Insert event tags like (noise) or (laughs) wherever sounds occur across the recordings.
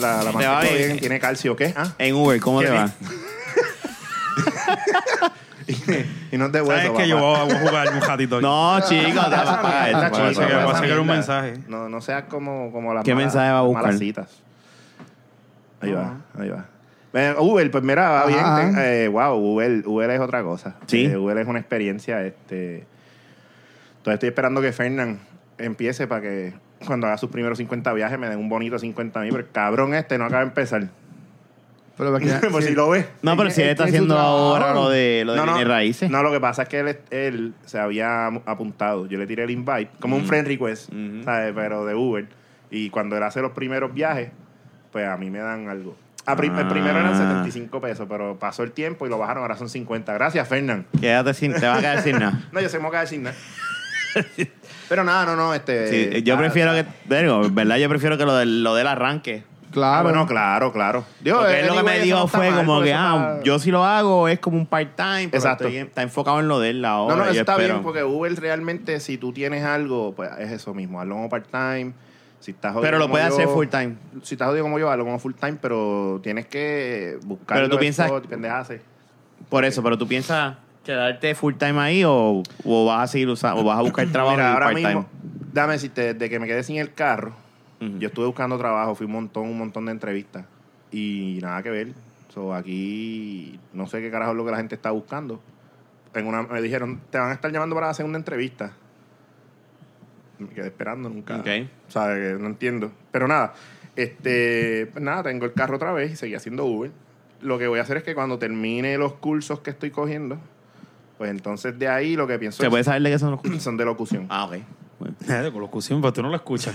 La, la Te va mascota bien. bien, tiene calcio, ¿qué? Ah, En Uber, ¿cómo ¿Qué te va? y no es de ¿Sabes hueso, que yo papá. voy a jugar un ratito? No, chicos, Esa dale para mierda, esto, para chico, esto. que va a esa sacar un mierda. mensaje. No, no seas como, como las ¿Qué malas- mensaje va a las buscar? malas citas. Ahí va, ahí va. Eh, Uber, pues mira, va bien. Ajá. te- eh, wow, Uber, Uber es otra cosa. Sí. Eh, Uber es una experiencia. Este, entonces estoy esperando que Fernán empiece para que cuando haga sus primeros 50 viajes me den un bonito 50 mil. Pero el cabrón este no acaba de empezar. Pero para (laughs) que- (laughs) Por sí. si lo ves. No, pero Él- si él él está tiene su haciendo trabajo. ahora lo de, lo de bienes raíces. No, lo que pasa es que él, él se había apuntado. Yo le tiré el invite, como Mm. un friend request, Ujú. ¿sabes? Pero de Uber. Y cuando él hace los primeros viajes, pues a mí me dan algo. A pri- El primero eran Ah. 75 pesos, pero pasó el tiempo y lo bajaron, ahora son 50. Gracias, Fernán. Quédate sin, te vas a quedar sin nada. (laughs) No, yo sé cómo caer sin (laughs) nada. Pero nada, no, no, este... Sí, eh, yo ah, prefiero ah, que, digo, en verdad, yo prefiero que lo del, lo del arranque. Ah, Claro. bueno, claro, claro. Digo, Porque él eh, lo que anyway, me eso no dijo está fue mal, como porque que, eso ah, está- yo si lo hago es como un part-time, pero Exacto. estoy- está enfocado en lo de él ahora. No, no, yo eso está bien espero. porque Uber realmente, si tú tienes algo, pues es eso mismo. Hazlo como part-time. Si estás jodido Pero lo como puede yo- hacer full-time. Si estás jodido como yo, hazlo como full-time, pero tienes que buscar. Pero tú los piensas- spots, pendejadas así. Por eso, pero tú piensas quedarte full-time ahí o, o vas a seguir usando, o vas a buscar trabajo en Mira, el ahora part-time. mismo, dame decirte, desde que me quedé sin el carro, Ujú. yo estuve buscando trabajo, fui un montón, un montón de entrevistas y nada que ver. So, aquí no sé qué carajo es lo que la gente está buscando. En una, me dijeron, te van a estar llamando para la segunda entrevista. Me quedé esperando nunca. Ok. O sea, que no entiendo. Pero nada, este, pues nada, tengo el carro otra vez y seguí haciendo Uber. Lo que voy a hacer es que cuando termine los cursos que estoy cogiendo, pues entonces de ahí lo que pienso ¿Se es- puede saber de qué son los son de locución. Ah, ok. Bueno. Eh, Con los cusiones, pero tú no lo escuchas.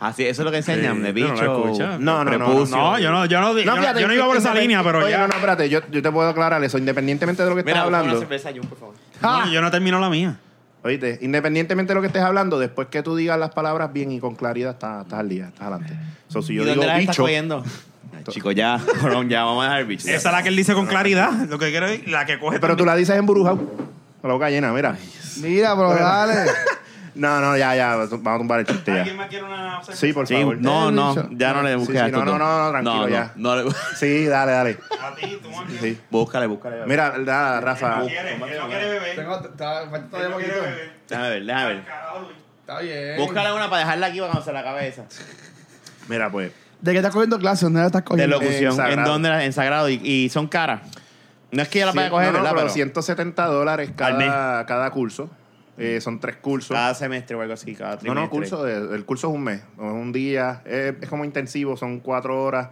Así, eso es lo que enseñan, Sí, de tú no bicho. lo escuchas. No, no, no, prepucio. No, yo no, yo no, yo no- fíjate, yo no iba por esa independ- línea, pero Oye, ya. No, no, espérate, yo, yo te puedo aclarar eso. Independientemente de lo que Mira, estés una hablando, cerveza, Jun, por favor. No, yo no termino la mía. oíste, independientemente de lo que estés hablando, después que tú digas las palabras bien y con claridad, estás, estás al día, estás adelante. So, si ¿Y yo dónde digo la estás bicho, cogiendo? Ay, Chico, ya, (laughs) cabrón, ya, vamos a dejar el bicho. ya. Esa es la que él dice con claridad. Lo que quiero es la que coge. pero tú la dices embrujado, con la boca llena, mira. Mira, pero dale. (laughs) No, no, ya, ya, vamos a tumbar el chiste ¿Alguien ya. más quiere una Sí, por Sí, favor. no, El no, bicho. ya no le Sí, busques sí, a estos no, no, dos. no, no, tranquilo, ya. No, le- Sí, dale, dale. A ti, tú, Ángel. Sí. (laughs) búscale, búscale. Mira, da, Rafa. No quiere, él no quiere beber. Él Tengo, está, falta no todavía quiere poquito. beber. Déjame ver, déjame ver. Carajo, Luis. Está bien. Búscale una para dejarla aquí para cuando se la acabe esa. Mira, pues. ¿De qué estás cogiendo clases? ¿Dónde la estás De cogiendo? locución. en Sagrado. ¿En dónde? la- En Sagrado. Y, y son caras. No es que yo la Sí, vaya a coger, no, no, ¿verdad? pero Pero 170 dólares cada, cada curso. Eh, son tres cursos. cada semestre o algo así, cada no, trimestre. no, curso de- el curso es un mes, o es un día, es, es como intensivo, son cuatro horas.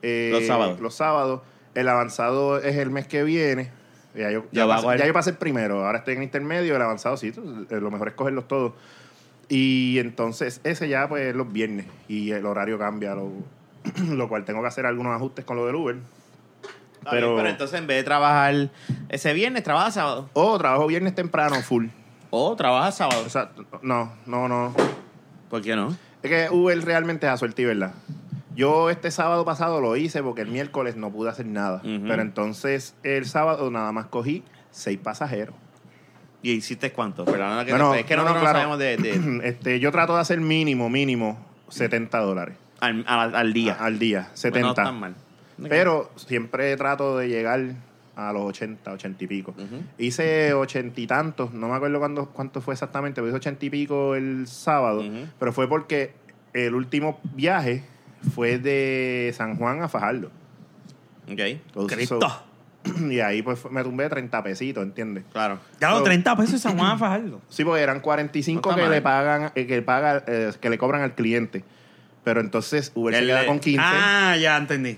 eh, Los sábados. Los sábados. El avanzado es el mes que viene. Ya yo, Ya ya va a pasé, coger. ya yo pasé el primero, ahora estoy en intermedio, el avanzado sí, eh, lo mejor es cogerlos todos. Y entonces ese ya pues es los viernes y el horario cambia, lo, (clears throat) lo cual tengo que hacer algunos ajustes con lo del Uber. Está bien, Pero, entonces en vez de trabajar ese viernes, trabaja sábado. O trabajo viernes temprano, full. O trabaja sábado. O sea, no, no, no. ¿Por qué no? Es que Uber realmente es a suerte y verdad. Yo este sábado pasado lo hice porque el miércoles no pude hacer nada. Ujú. Pero entonces el sábado nada más cogí seis pasajeros. (clears throat) ¿Y hiciste cuánto? Pero no, que Bueno, es que no, no, no, no claro. sabemos de, (clears throat) de- Este, yo trato de hacer mínimo, mínimo 70 dólares al, al- al día. al día. Bueno, 70. no tan mal. Pero siempre trato de llegar a los 80, 80 y pico. Ujú. Hice 80 y tantos, no me acuerdo cuándo, cuánto fue exactamente, pero hice 80 y pico el sábado. Ujú. Pero fue porque el último viaje fue de San Juan a Fajardo. (clears throat) Ok. Entonces, Cristo. so- y ahí pues me tumbé 30 pesitos, ¿entiendes? Claro. Ya los So- 30 pesos de San Juan a Fajardo. Sí, porque eran No 45 está que mal. le pagan, eh, que paga, eh, que le cobran al cliente. Pero entonces Uber se El- queda con 15. Ah, ya entendí.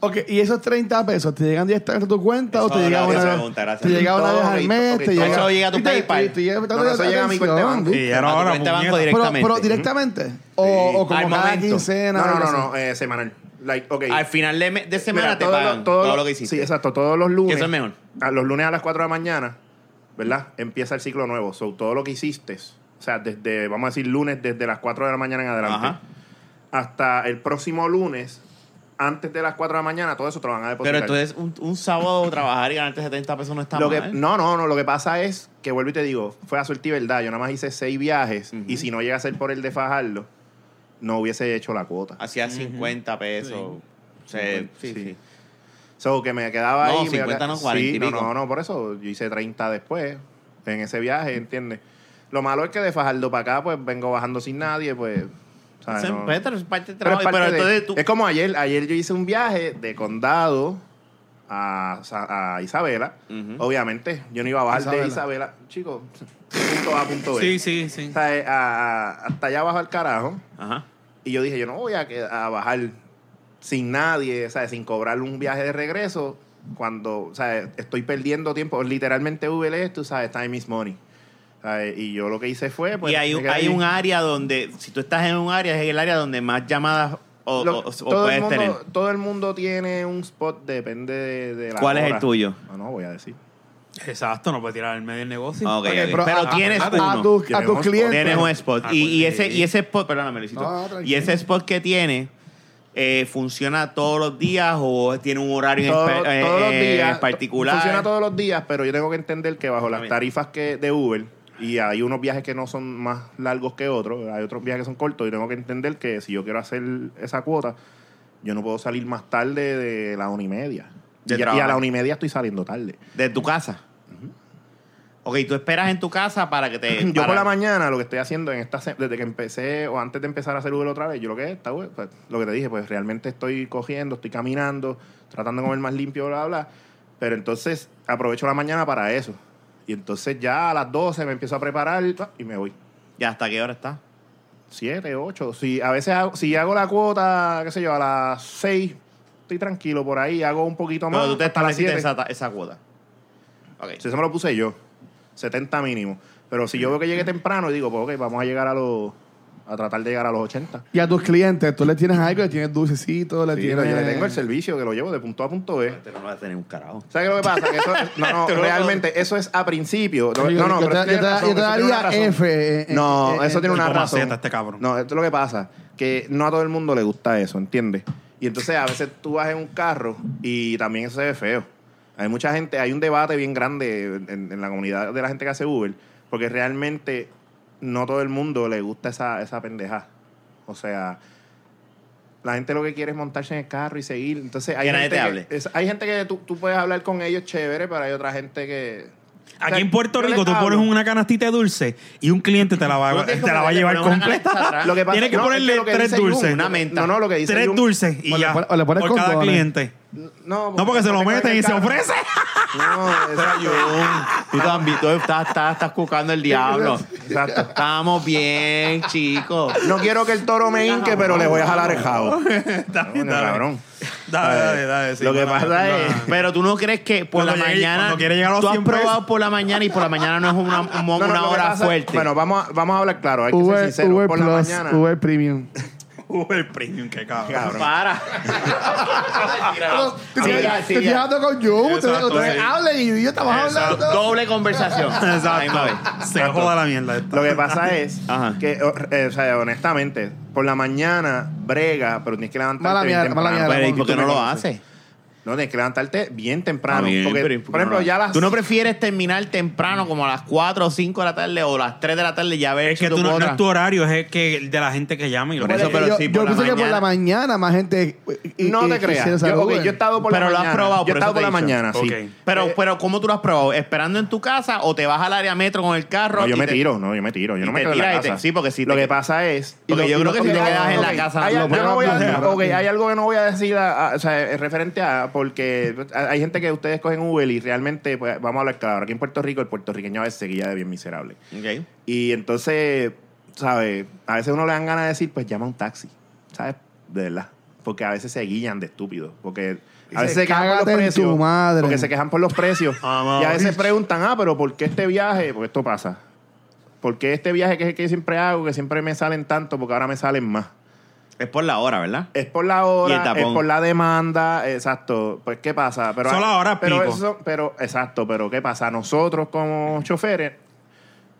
Ok, ¿y esos 30 pesos te llegan directamente a tu cuenta o Eso te llega era una otra vez? pregunta, gracias. Te llega una Todo, vez al ok, mes, ok, te todo. llega. Eso llega a tu Viste, PayPal. tú- tú llevas- No, no, eso llega a mi cuenta de Atención, banco. ¿viste? Y ahora A tu ahora, cuenta de banco puñeta. Pero, directamente. pero directamente. O, o Al como cada momento. quincena. No, no, algo no, así. no, eh, semanal. Like, okay. Al final de, me- de semana Mira, te todos pagan los- todo, todos lo los- que hiciste. Sí, exacto, todos los lunes. Que eso es mejor. A los lunes a las 4 de la mañana, ¿verdad? Empieza el ciclo nuevo. So, todo lo que hiciste, o sea, desde, vamos a decir, lunes, desde las 4 de la mañana en adelante, Ajá. hasta el próximo lunes, antes de las 4 de la mañana, todo eso te lo van a depositar. Pero entonces un, un sábado trabajar y ganarte 70 pesos no está Lo que- mal. no, no, no. Lo que pasa es que vuelvo y te digo, fue a suerte y verdad. Yo nada más hice seis viajes y si no llega a ser por el de Fajardo, no hubiese hecho la cuota. Hacía 50 pesos. O sea, sí, sí. So, que me quedaba No, ahí. me iba a 50 no, quedar- 40 y Sí, no, pico. no, no, por eso yo hice 30 después en ese viaje, ¿entiendes? Lo malo es que de Fajardo para acá, pues vengo bajando sin nadie, pues. ¿sabes? Eso No. es- pero es parte del Pero es pues, este trabajo. Pero, parte de- entonces tú. es como ayer, ayer yo hice un viaje de condado a, Sa- a Isabela. Ujú. Obviamente, yo no iba a bajar de Isabela. Isabela, chicos, (laughs) punto A, punto B. Sí, sí, sí. O sea, eh, a- a- hasta allá abajo al carajo. Ajá. Y yo dije, yo no voy a, que- a bajar sin nadie, ¿sabes? sin cobrar un viaje de regreso, cuando ¿sabes? estoy perdiendo tiempo. Literalmente Uber es, tú sabes, time is money. ¿Sabes? Y yo lo que hice fue... Pues, y hay, me un- quedé hay ahí. un área donde, si tú estás en un área, es el área donde más llamadas o, Lo- o- o todo, puedes el mundo, tener. todo el mundo tiene un spot, depende de, de la ¿Cuál es el hora. tuyo? No, no, voy a decir. Exacto, no puede tirar al medio del negocio. Ok, ok. Pero, a- tienes a, uno. A, tus- a Tienes tus un- clientes. Tienes un spot. Ah, y, y pues, ese, sí. y ese spot, perdóname, Luisito. No, tranquilo. y ese spot que tiene, eh, ¿funciona todos los días o tiene un horario en Todo- espe- eh, todos los eh, días. particular? Funciona todos los días, pero yo tengo que entender que bajo las Está bien. tarifas que de Uber y hay unos viajes que no son más largos que otros, hay otros viajes que son cortos, y tengo que entender que si yo quiero hacer esa cuota, yo no puedo salir más tarde de la una y media. De y, y a trabajo. la una y media estoy saliendo tarde. De tu casa. Ok, tú esperas en tu casa para que te. Yo para- por la mañana lo que estoy haciendo en esta se- desde que empecé o antes de empezar a hacer Uber otra vez, yo lo que esta Uber, pues, lo que te dije, pues realmente estoy cogiendo, estoy caminando, tratando de comer más limpio, bla, bla. Pero entonces aprovecho la mañana para eso. Y entonces ya a las 12 me empiezo a preparar pa, y me voy. ¿Y hasta qué hora está? 7, 8. Si a veces hago, si hago la cuota, qué sé yo, a las 6, estoy tranquilo por ahí, hago un poquito más. No, tú te hasta las estableciste siete. esa, ta- esa cuota. Ok. Si eso me lo puse yo. 70 mínimo. Pero si yo veo que llegué temprano, digo, pues ok, vamos a llegar a los. a tratar de llegar a los 80. Y a tus clientes, tú le tienes algo, le tienes dulcecitos, le Sí, tienes... pero yo le tengo el servicio que lo llevo de punto A a punto B. Pero Este no vas a tener un carajo. ¿Sabes qué lo que pasa? Que eso, no, (laughs) no, realmente, eso es a principio. No, Yo- no, no, yo, pero te, eso tiene yo te- razón, yo te eso tiene una daría razón. F. eh, en- No, Eh, eso en- en- tiene una tipo razón. maceta este cabrón. No, esto es lo que pasa. Que no a todo el mundo le gusta eso, ¿entiendes? Y entonces a veces tú vas en un carro y también eso se ve feo. Hay mucha gente, hay un debate bien grande en, en la comunidad de la gente que hace Uber, porque realmente no todo el mundo le gusta esa, esa pendeja. O sea, la gente lo que quiere es montarse en el carro y seguir. Entonces hay Que nadie gente te que, hable. es- hay gente que tú, tú puedes hablar con ellos chévere, pero hay otra gente que... o sea, Aquí en Puerto yo les Rico tú hablo. pones una canastita de dulce y un cliente te la va, No te tienes que la va a ponerle- llevar poner una canasta completa. atrás. Lo que pasa- Tienes Ah, que no, es ponerle lo que tres dice Jun, dulces. una menta. No, no, lo que dice Tres Jun- dulces y O le ya. pone- o le pones por cada condones. cliente. No, No, porque se lo te meten caen y se cara. ofrece. No, exacto. (laughs) Tú también, tú estás, estás, estás cucando el diablo. Exacto. Estamos bien, chicos. No quiero que el toro me hinque, pero le voy a jalar el jabo. Está bien, Coño, está bien. cabrón. Dale, dale, dale. sí, Lo que no, pasa no, (laughs) es- no. Pero tú no crees que por Cuando la llegue- mañana. cuando quiera llegar a los tú has 100 pesos. probado por la mañana y por la mañana no es una, un- No, no, una lo que hora pasa- fuerte. Bueno, vamos a, vamos a hablar claro. Hay que ser Uber, sinceros. Uber Por Plus, la mañana. Uber Premium. Uber Uh, Premium, qué cabrón. Cabrón. para. Te Sí, estoy- ya, te sí, estoy ya. hablando con Joe. Exacto, Ustedes sí. hablen y yo estamos hablando. Doble conversación. (laughs) A la misma vez. (laughs) Exacto. Se joda la mierda. esta. Lo (laughs) que (laughs) pasa es Ajá. que, o- eh, o sea, honestamente, por la mañana brega, pero tienes que levantarte Mala bien mierda, mala temprano. mierda. Pero, ¿y por qué Tú me no lo conoces. haces? No, tienes que levantarte bien Está temprano. bien, porque, pero ¿y por qué por ejemplo, no lo ya haces? las... ¿Tú no prefieres terminar temprano, como a las 4 o 5 de la tarde o las 3 de la tarde, ya ver Es que tú no, no es tu horario, es el que el de la gente que llama y lo Por que- eso, pero yo sí, por yo la pienso que por mañana. la mañana más gente. y- y- No y- te quisiera creas. usar Yo, ok, Uber. yo he estado por la Pero lo has mañana. probado, Yo por he estado eso te por la he dicho. mañana, sí. Ok. Pero, Eh, pero, ¿cómo tú lo has probado? ¿Esperando en tu casa o te vas al área metro con el carro? No, yo y me te- tiro, no, yo me tiro. Yo y no me te quedo en la tiras y te- casa. sí, porque si Lo te- que pasa es. Y lo- yo creo que lo- si y te lo- quedas en la ok, casa, Hay, lo yo pruebas no voy a- bien ok, hay algo que no voy a decir a- a- o sea, es referente a. Porque hay gente que ustedes cogen Uber y realmente, pues, vamos a hablar claro. Aquí en Puerto Rico, el puertorriqueño a veces se guía de bien miserable. Ok. Y entonces, ¿sabes? A veces uno le dan ganas de decir, pues llama un taxi, ¿sabes? De verdad. Porque a veces se guillan de estúpidos. Porque a veces Dice, se quejan por "Cágate los en precios. tu madre". Porque se quejan por los precios. Amado. y a veces preguntan, ah, pero ¿por qué este viaje? Porque esto pasa. ¿Por qué este viaje que es el que siempre hago, que siempre me salen tanto, porque ahora me salen más? Es por la hora, ¿verdad? Es por la Y el hora, tapón. es por la demanda, exacto. Pues, ¿qué pasa? Pero, Son las horas pero pico. eso- pero, exacto, pero ¿qué pasa? Nosotros como choferes,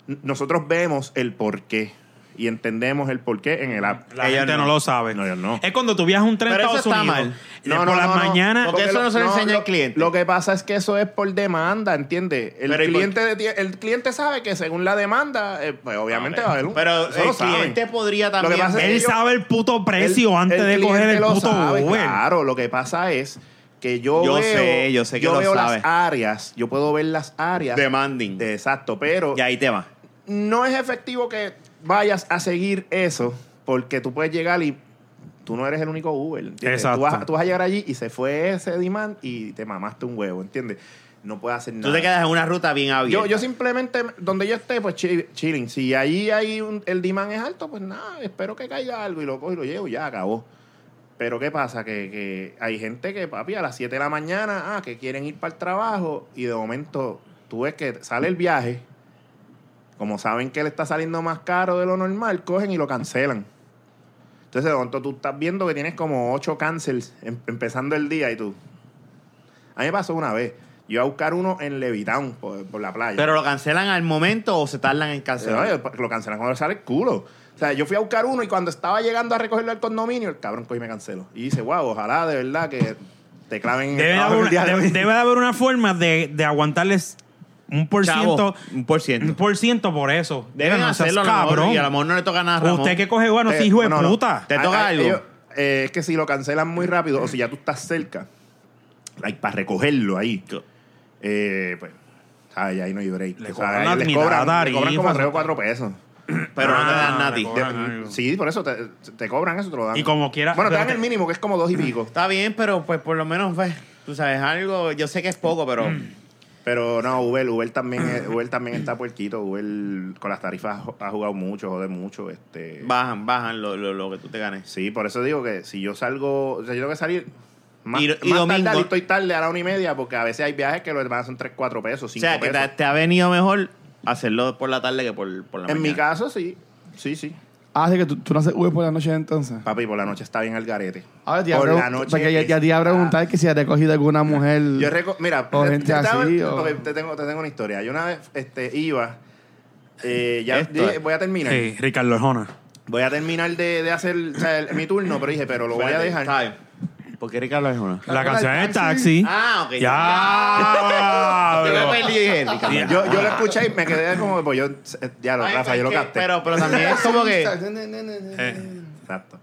n- nosotros vemos el por qué. y entendemos el porqué en el app. La Ellos gente no. no. lo sabe. No, ellos no. Es cuando tú viajas un tren a Pero eso Estados está Unidos. mal. eh, por las mañanas. Porque eso no se le enseña lo- al cliente. Lo que pasa es que eso es por demanda, ¿entiendes? El, Pero, ¿y por cliente, de- el cliente sabe que según la demanda, eh, pues obviamente va a haber un. Ah, Pero eso el lo saben. cliente podría también pasa es ver- que Él ellos- sabe el puto El- precio antes el de cliente coger el lo puto sabe, Uber. Claro, lo que pasa es que yo, Yo veo, sé, yo sé que lo veo sabe. las áreas, yo puedo ver las áreas Demanding. de- exacto, pero Y ahí te va. no es efectivo que vayas a seguir eso porque tú puedes llegar y tú no eres el único Uber. ¿entiendes? Exacto. Tú vas, tú vas a llegar allí y se fue ese demand y te mamaste un huevo, ¿entiendes? No puedes hacer nada. Tú te quedas en una ruta bien abierta. Yo, yo simplemente, donde yo esté, pues chi- chilling. Si ahí hay un- el demand es alto, pues nada, espero que caiga algo y lo cojo y lo llevo y ya acabó. Pero ¿qué pasa? Que, que hay gente que, papi, a las 7 de la mañana, ah, que quieren ir para el trabajo y de momento tú ves que sale el viaje, como saben que le está saliendo más caro de lo normal, cogen y lo cancelan. Entonces, de momento tú estás viendo que tienes como ocho cancels em- empezando el día y tú. A mí me pasó una vez. Yo iba a buscar uno en Levitown, por, por la playa. Pero lo cancelan al momento o se tardan en No, Eh. cancelar. yo- lo cancelan cuando sale el culo. O sea, yo fui a buscar uno y cuando estaba llegando a recogerlo al condominio, el cabrón cogí y me canceló. Y dice, wow, ojalá de verdad que te claven en el Debe, de trabajo haber el una, día de debe- hoy. debe de haber una forma de, de aguantarles un por Chavo, ciento. un por Un ciento. por ciento por eso. Deben Mira, no seas hacerlo a lo mejor, cabrón. y a lo mejor no le toca nada a Ramón. Usted que coge bueno, Eh, sí, hijo de no, no. puta. Te toca Ah, ah, algo. ellos- eh, es que si lo cancelan muy rápido o si ya tú estás cerca, like, para recogerlo ahí, eh, pues, ¿sabes? ahí no hay break. Le O sea, cobran ahí les una admirada cobran, le cobran como tarifa. 3 o 4 pesos. Pero no te Ah, dan nada a ti. le De- cobran algo. sí, por eso te, te cobran eso, te lo dan. Y como quiera- Bueno, te dan espérate. el mínimo, que es como dos y pico. Está bien, pero pues por lo menos, pues, tú sabes algo. Yo sé que es poco, pero Mm. Pero no, Uber, Uber también, es- Uber también está puerquito. Uber con las tarifas jo- ha jugado mucho, jode mucho. Este, bajan, bajan lo, lo- lo que tú te ganes. Sí, por eso digo que si yo salgo, o sea, yo tengo que salir más, Y- y más domingo. tarde, al- estoy tarde a la una y media, porque a veces hay viajes que los demás son 3, 4 pesos, O 5 sea, que te, pesos. te ha venido mejor hacerlo por la tarde que por, por la mañana. en mi caso, sí. Sí, sí. Ah, así que tú, tú no haces Uber por la noche entonces. Papi, por la noche está bien al garete. Ahora te iba a por pregun- la noche. Porque ya, ya te iba a está- preguntar que si has recogido alguna mujer. Yo reco- mira, O te- gente te, estaba- así, o- ok, te tengo, te tengo una historia. Yo una vez este, iba, eh, ya Esto dije, es. voy a terminar. Sí, Eh, Ricardo Arjona. Voy a terminar de, de hacer o sea, el- mi turno, pero dije, pero lo voy a Espérate, dejar. ¿sabes? ¿Por qué Ricardo es una? La Ricardo canción del es taxi. Taxi. Ah, ok. Ya. Yo me bro. perdí, dije, Ricardo. Ya. Yo, yo Ah. lo escuché y me quedé como, pues yo, eh, ya lo, Ay, Rafa, yo lo es que- capté. Pero, pero también Ah, es como (laughs) que... Eh, Exacto.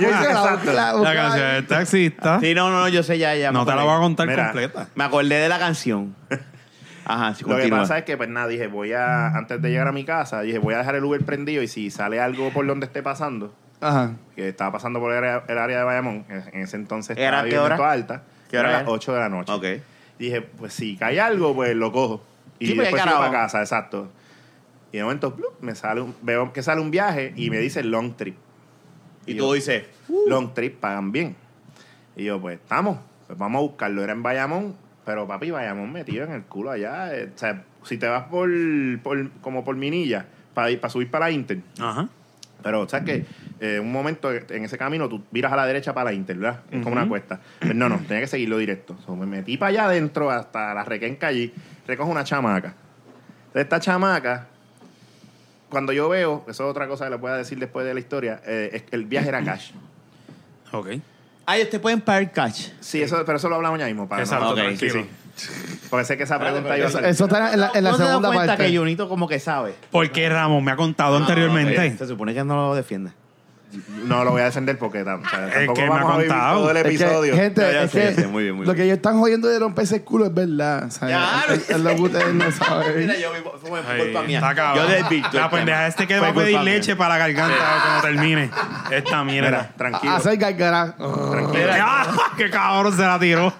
Yo hice la- Exacto. la- La canción del taxista. Sí, no, no, no, yo sé ya, ya. No me te la acordé. voy a contar Mira. completa. Me acordé de la (laughs) canción. Ajá, sí, Lo que continúa. pasa es que, pues nada, dije, voy a, antes de llegar a mi casa, dije, voy a dejar el Uber prendido y si sale algo por donde esté pasando, Ajá. que estaba pasando por el área, el área de Bayamón, en en ese entonces ¿Era estaba qué viviendo hora? en Toa alta, ¿Qué hora era a era? las 8 de la noche. Ok. Dije, pues si cae algo, pues lo cojo. Y Sí, porque después hay sigo para carajo. casa, exacto. Y de momento, ¡plup! me sale un- veo que sale un viaje y me dice long trip. Y yo, tú dices, long trip pagan bien. Y yo, pues, estamos, pues vamos a buscarlo. Era en Bayamón, pero papi, Bayamón metido en el culo allá. eh, o sea, si te vas por, por- como por Minilla, para ir, para subir para la Inter. Ajá. Pero, ¿sabes qué? Eh, un momento en ese camino tú miras a la derecha para la Inter, ¿verdad? Es como una cuesta. Pero no, no, tenía que seguirlo directo. So, me metí para allá adentro hasta la requenca allí. Recojo una chamaca. Entonces, esta chamaca, cuando yo veo, eso es otra cosa que le voy a decir después de la historia, eh, es que el viaje era cash. Ok. ay, este usted pueden pagar cash. Sí, eso, pero eso lo hablamos ya mismo. Para Exacto, no- Ok, tranquilo. sí, Porque sé que esa pregunta Espérate, iba a Eso, ser- eso está en la, en la ¿No te das segunda cuenta parte. que Junito como que sabe? Ah, Porque Ramón me ha contado anteriormente. Se supone que no lo defiende. No lo voy a defender porque tam- o sea, Es tampoco que me ha vamos a vivir contado. todo el Es que, episodio. gente, Ya, ya es sé, ya que sé, muy bien, muy lo bien. que ellos están jodiendo de romperse el culo es verdad. O sea, Claro. es, es lo que ustedes no (laughs) saben. Ah, yo vivo, fue Ay, está Yo cabrón. desvirtué el La tema. pendeja este que Fue va a pedir culpa mía. leche para la garganta cuando termine. Mira, Esta mierda. tranquilo. Hacer gargará. tranquilo. ¡Ah! ¡Qué cabrón se la tiró!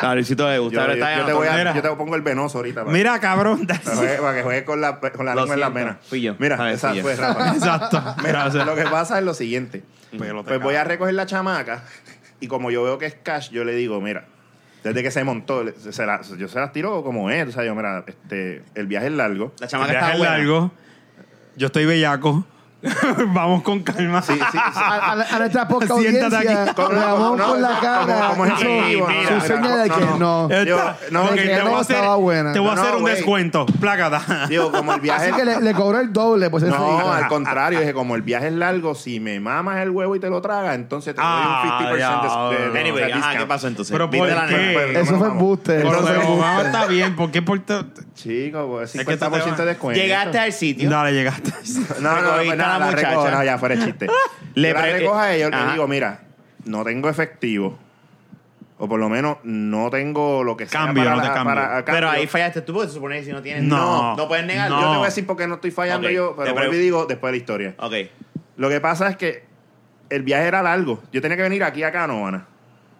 A Luisito le Yo, gusta. ahora yo- está yo en te voy a, mira. yo te pongo el venoso ahorita. Para, Mira, cabrón. para, juegue- para que juegue con la, con la Lo lengua en la siento, pena. fui yo. A Mira, ver, esa fui yo. fue Rafa. (laughs) Exacto. Mira, Mira, o sea, lo que pasa es lo siguiente. Pelota, Pues voy a recoger la chamaca y como yo veo que es cash, yo le digo, mira, desde que se montó, le- se la- yo se las tiro como es. O sea, yo, mira, este, el viaje es largo. La el chamaca viaje está es buena. largo. Yo estoy bellaco. (laughs) Vamos con calma. Sí, sí, sí. A, a- a nuestra poca Siéntate audiencia, aquí. Con- Ramón no, con la como- cara como- como hizo ejecutivo, no, su no, señal de no, que no. no. Eh, Digo, no, Ok, de que te no voy a hacer, estaba buena. te voy a No, hacer un güey. descuento. Plácata. (laughs) Digo, como el viaje. Así que le, le cobró el doble. Pues ese (laughs) no, día. al contrario, dije, como el viaje es largo, si me mamas el huevo y te lo tragas, entonces te doy Ah, un 50% de, de, de- Anyway, de ajá, discount. ¿qué pasó entonces? Pero Viste ¿por la nena. qué? Pues, Eso no fue nos vamos. embuste. Pero eso fue se- Pero embuste. vamos, está bien. ¿Por qué por ta- Chico, pues Es que esto te 50% de va- Pues descuento. Llegaste al sitio. Dale, llegaste. (laughs) No, no, Recogiste a no, pues nada, la la muchacha. recojo, no, ya fuera de (laughs) chiste. Le Le la pre- recojo a ellos, Ajá. le digo, mira, no tengo efectivo. O por lo menos no tengo lo que sea Cambio, para no te la- cambio. para- a Pero cambio. ahí fallaste tú porque se supone que si no tienes. No. No puedes negar. Yo te No. voy a decir por qué no estoy fallando Ok, yo, te pero vuelvo y pregu- digo después de la historia. Ok. Lo que pasa es que el viaje era largo. Yo tenía que venir aquí a Canoana.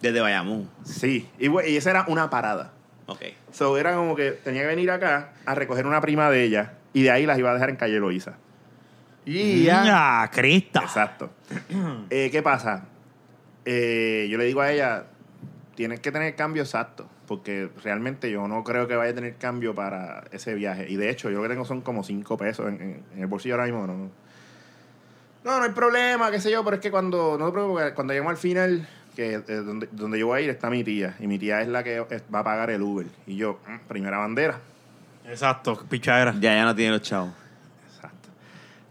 Desde Bayamón. Sí. Y, güey, y esa era una parada. Ok. So, era como que tenía que venir acá a recoger una prima de ella y de ahí las iba a dejar en calle Loíza. Y ya. Ya, Crista. Exacto. (clears throat) Eh, ¿Qué pasa? Eh, yo le digo a ella, tienes que tener cambio exacto, porque realmente yo no creo que vaya a tener cambio para ese viaje. Y de hecho, yo lo que tengo son como 5 pesos en, en- en el bolsillo ahora mismo. No, no, no hay problema, qué sé yo, pero es que cuando, no te preocupes, cuando lleguemos al final, que eh, donde, donde yo voy a ir está mi tía, y mi tía es la que eh, va a pagar el Uber. Y yo, mm, primera bandera. Exacto, pichadera. Ya, ya no tiene los chavos. Exacto.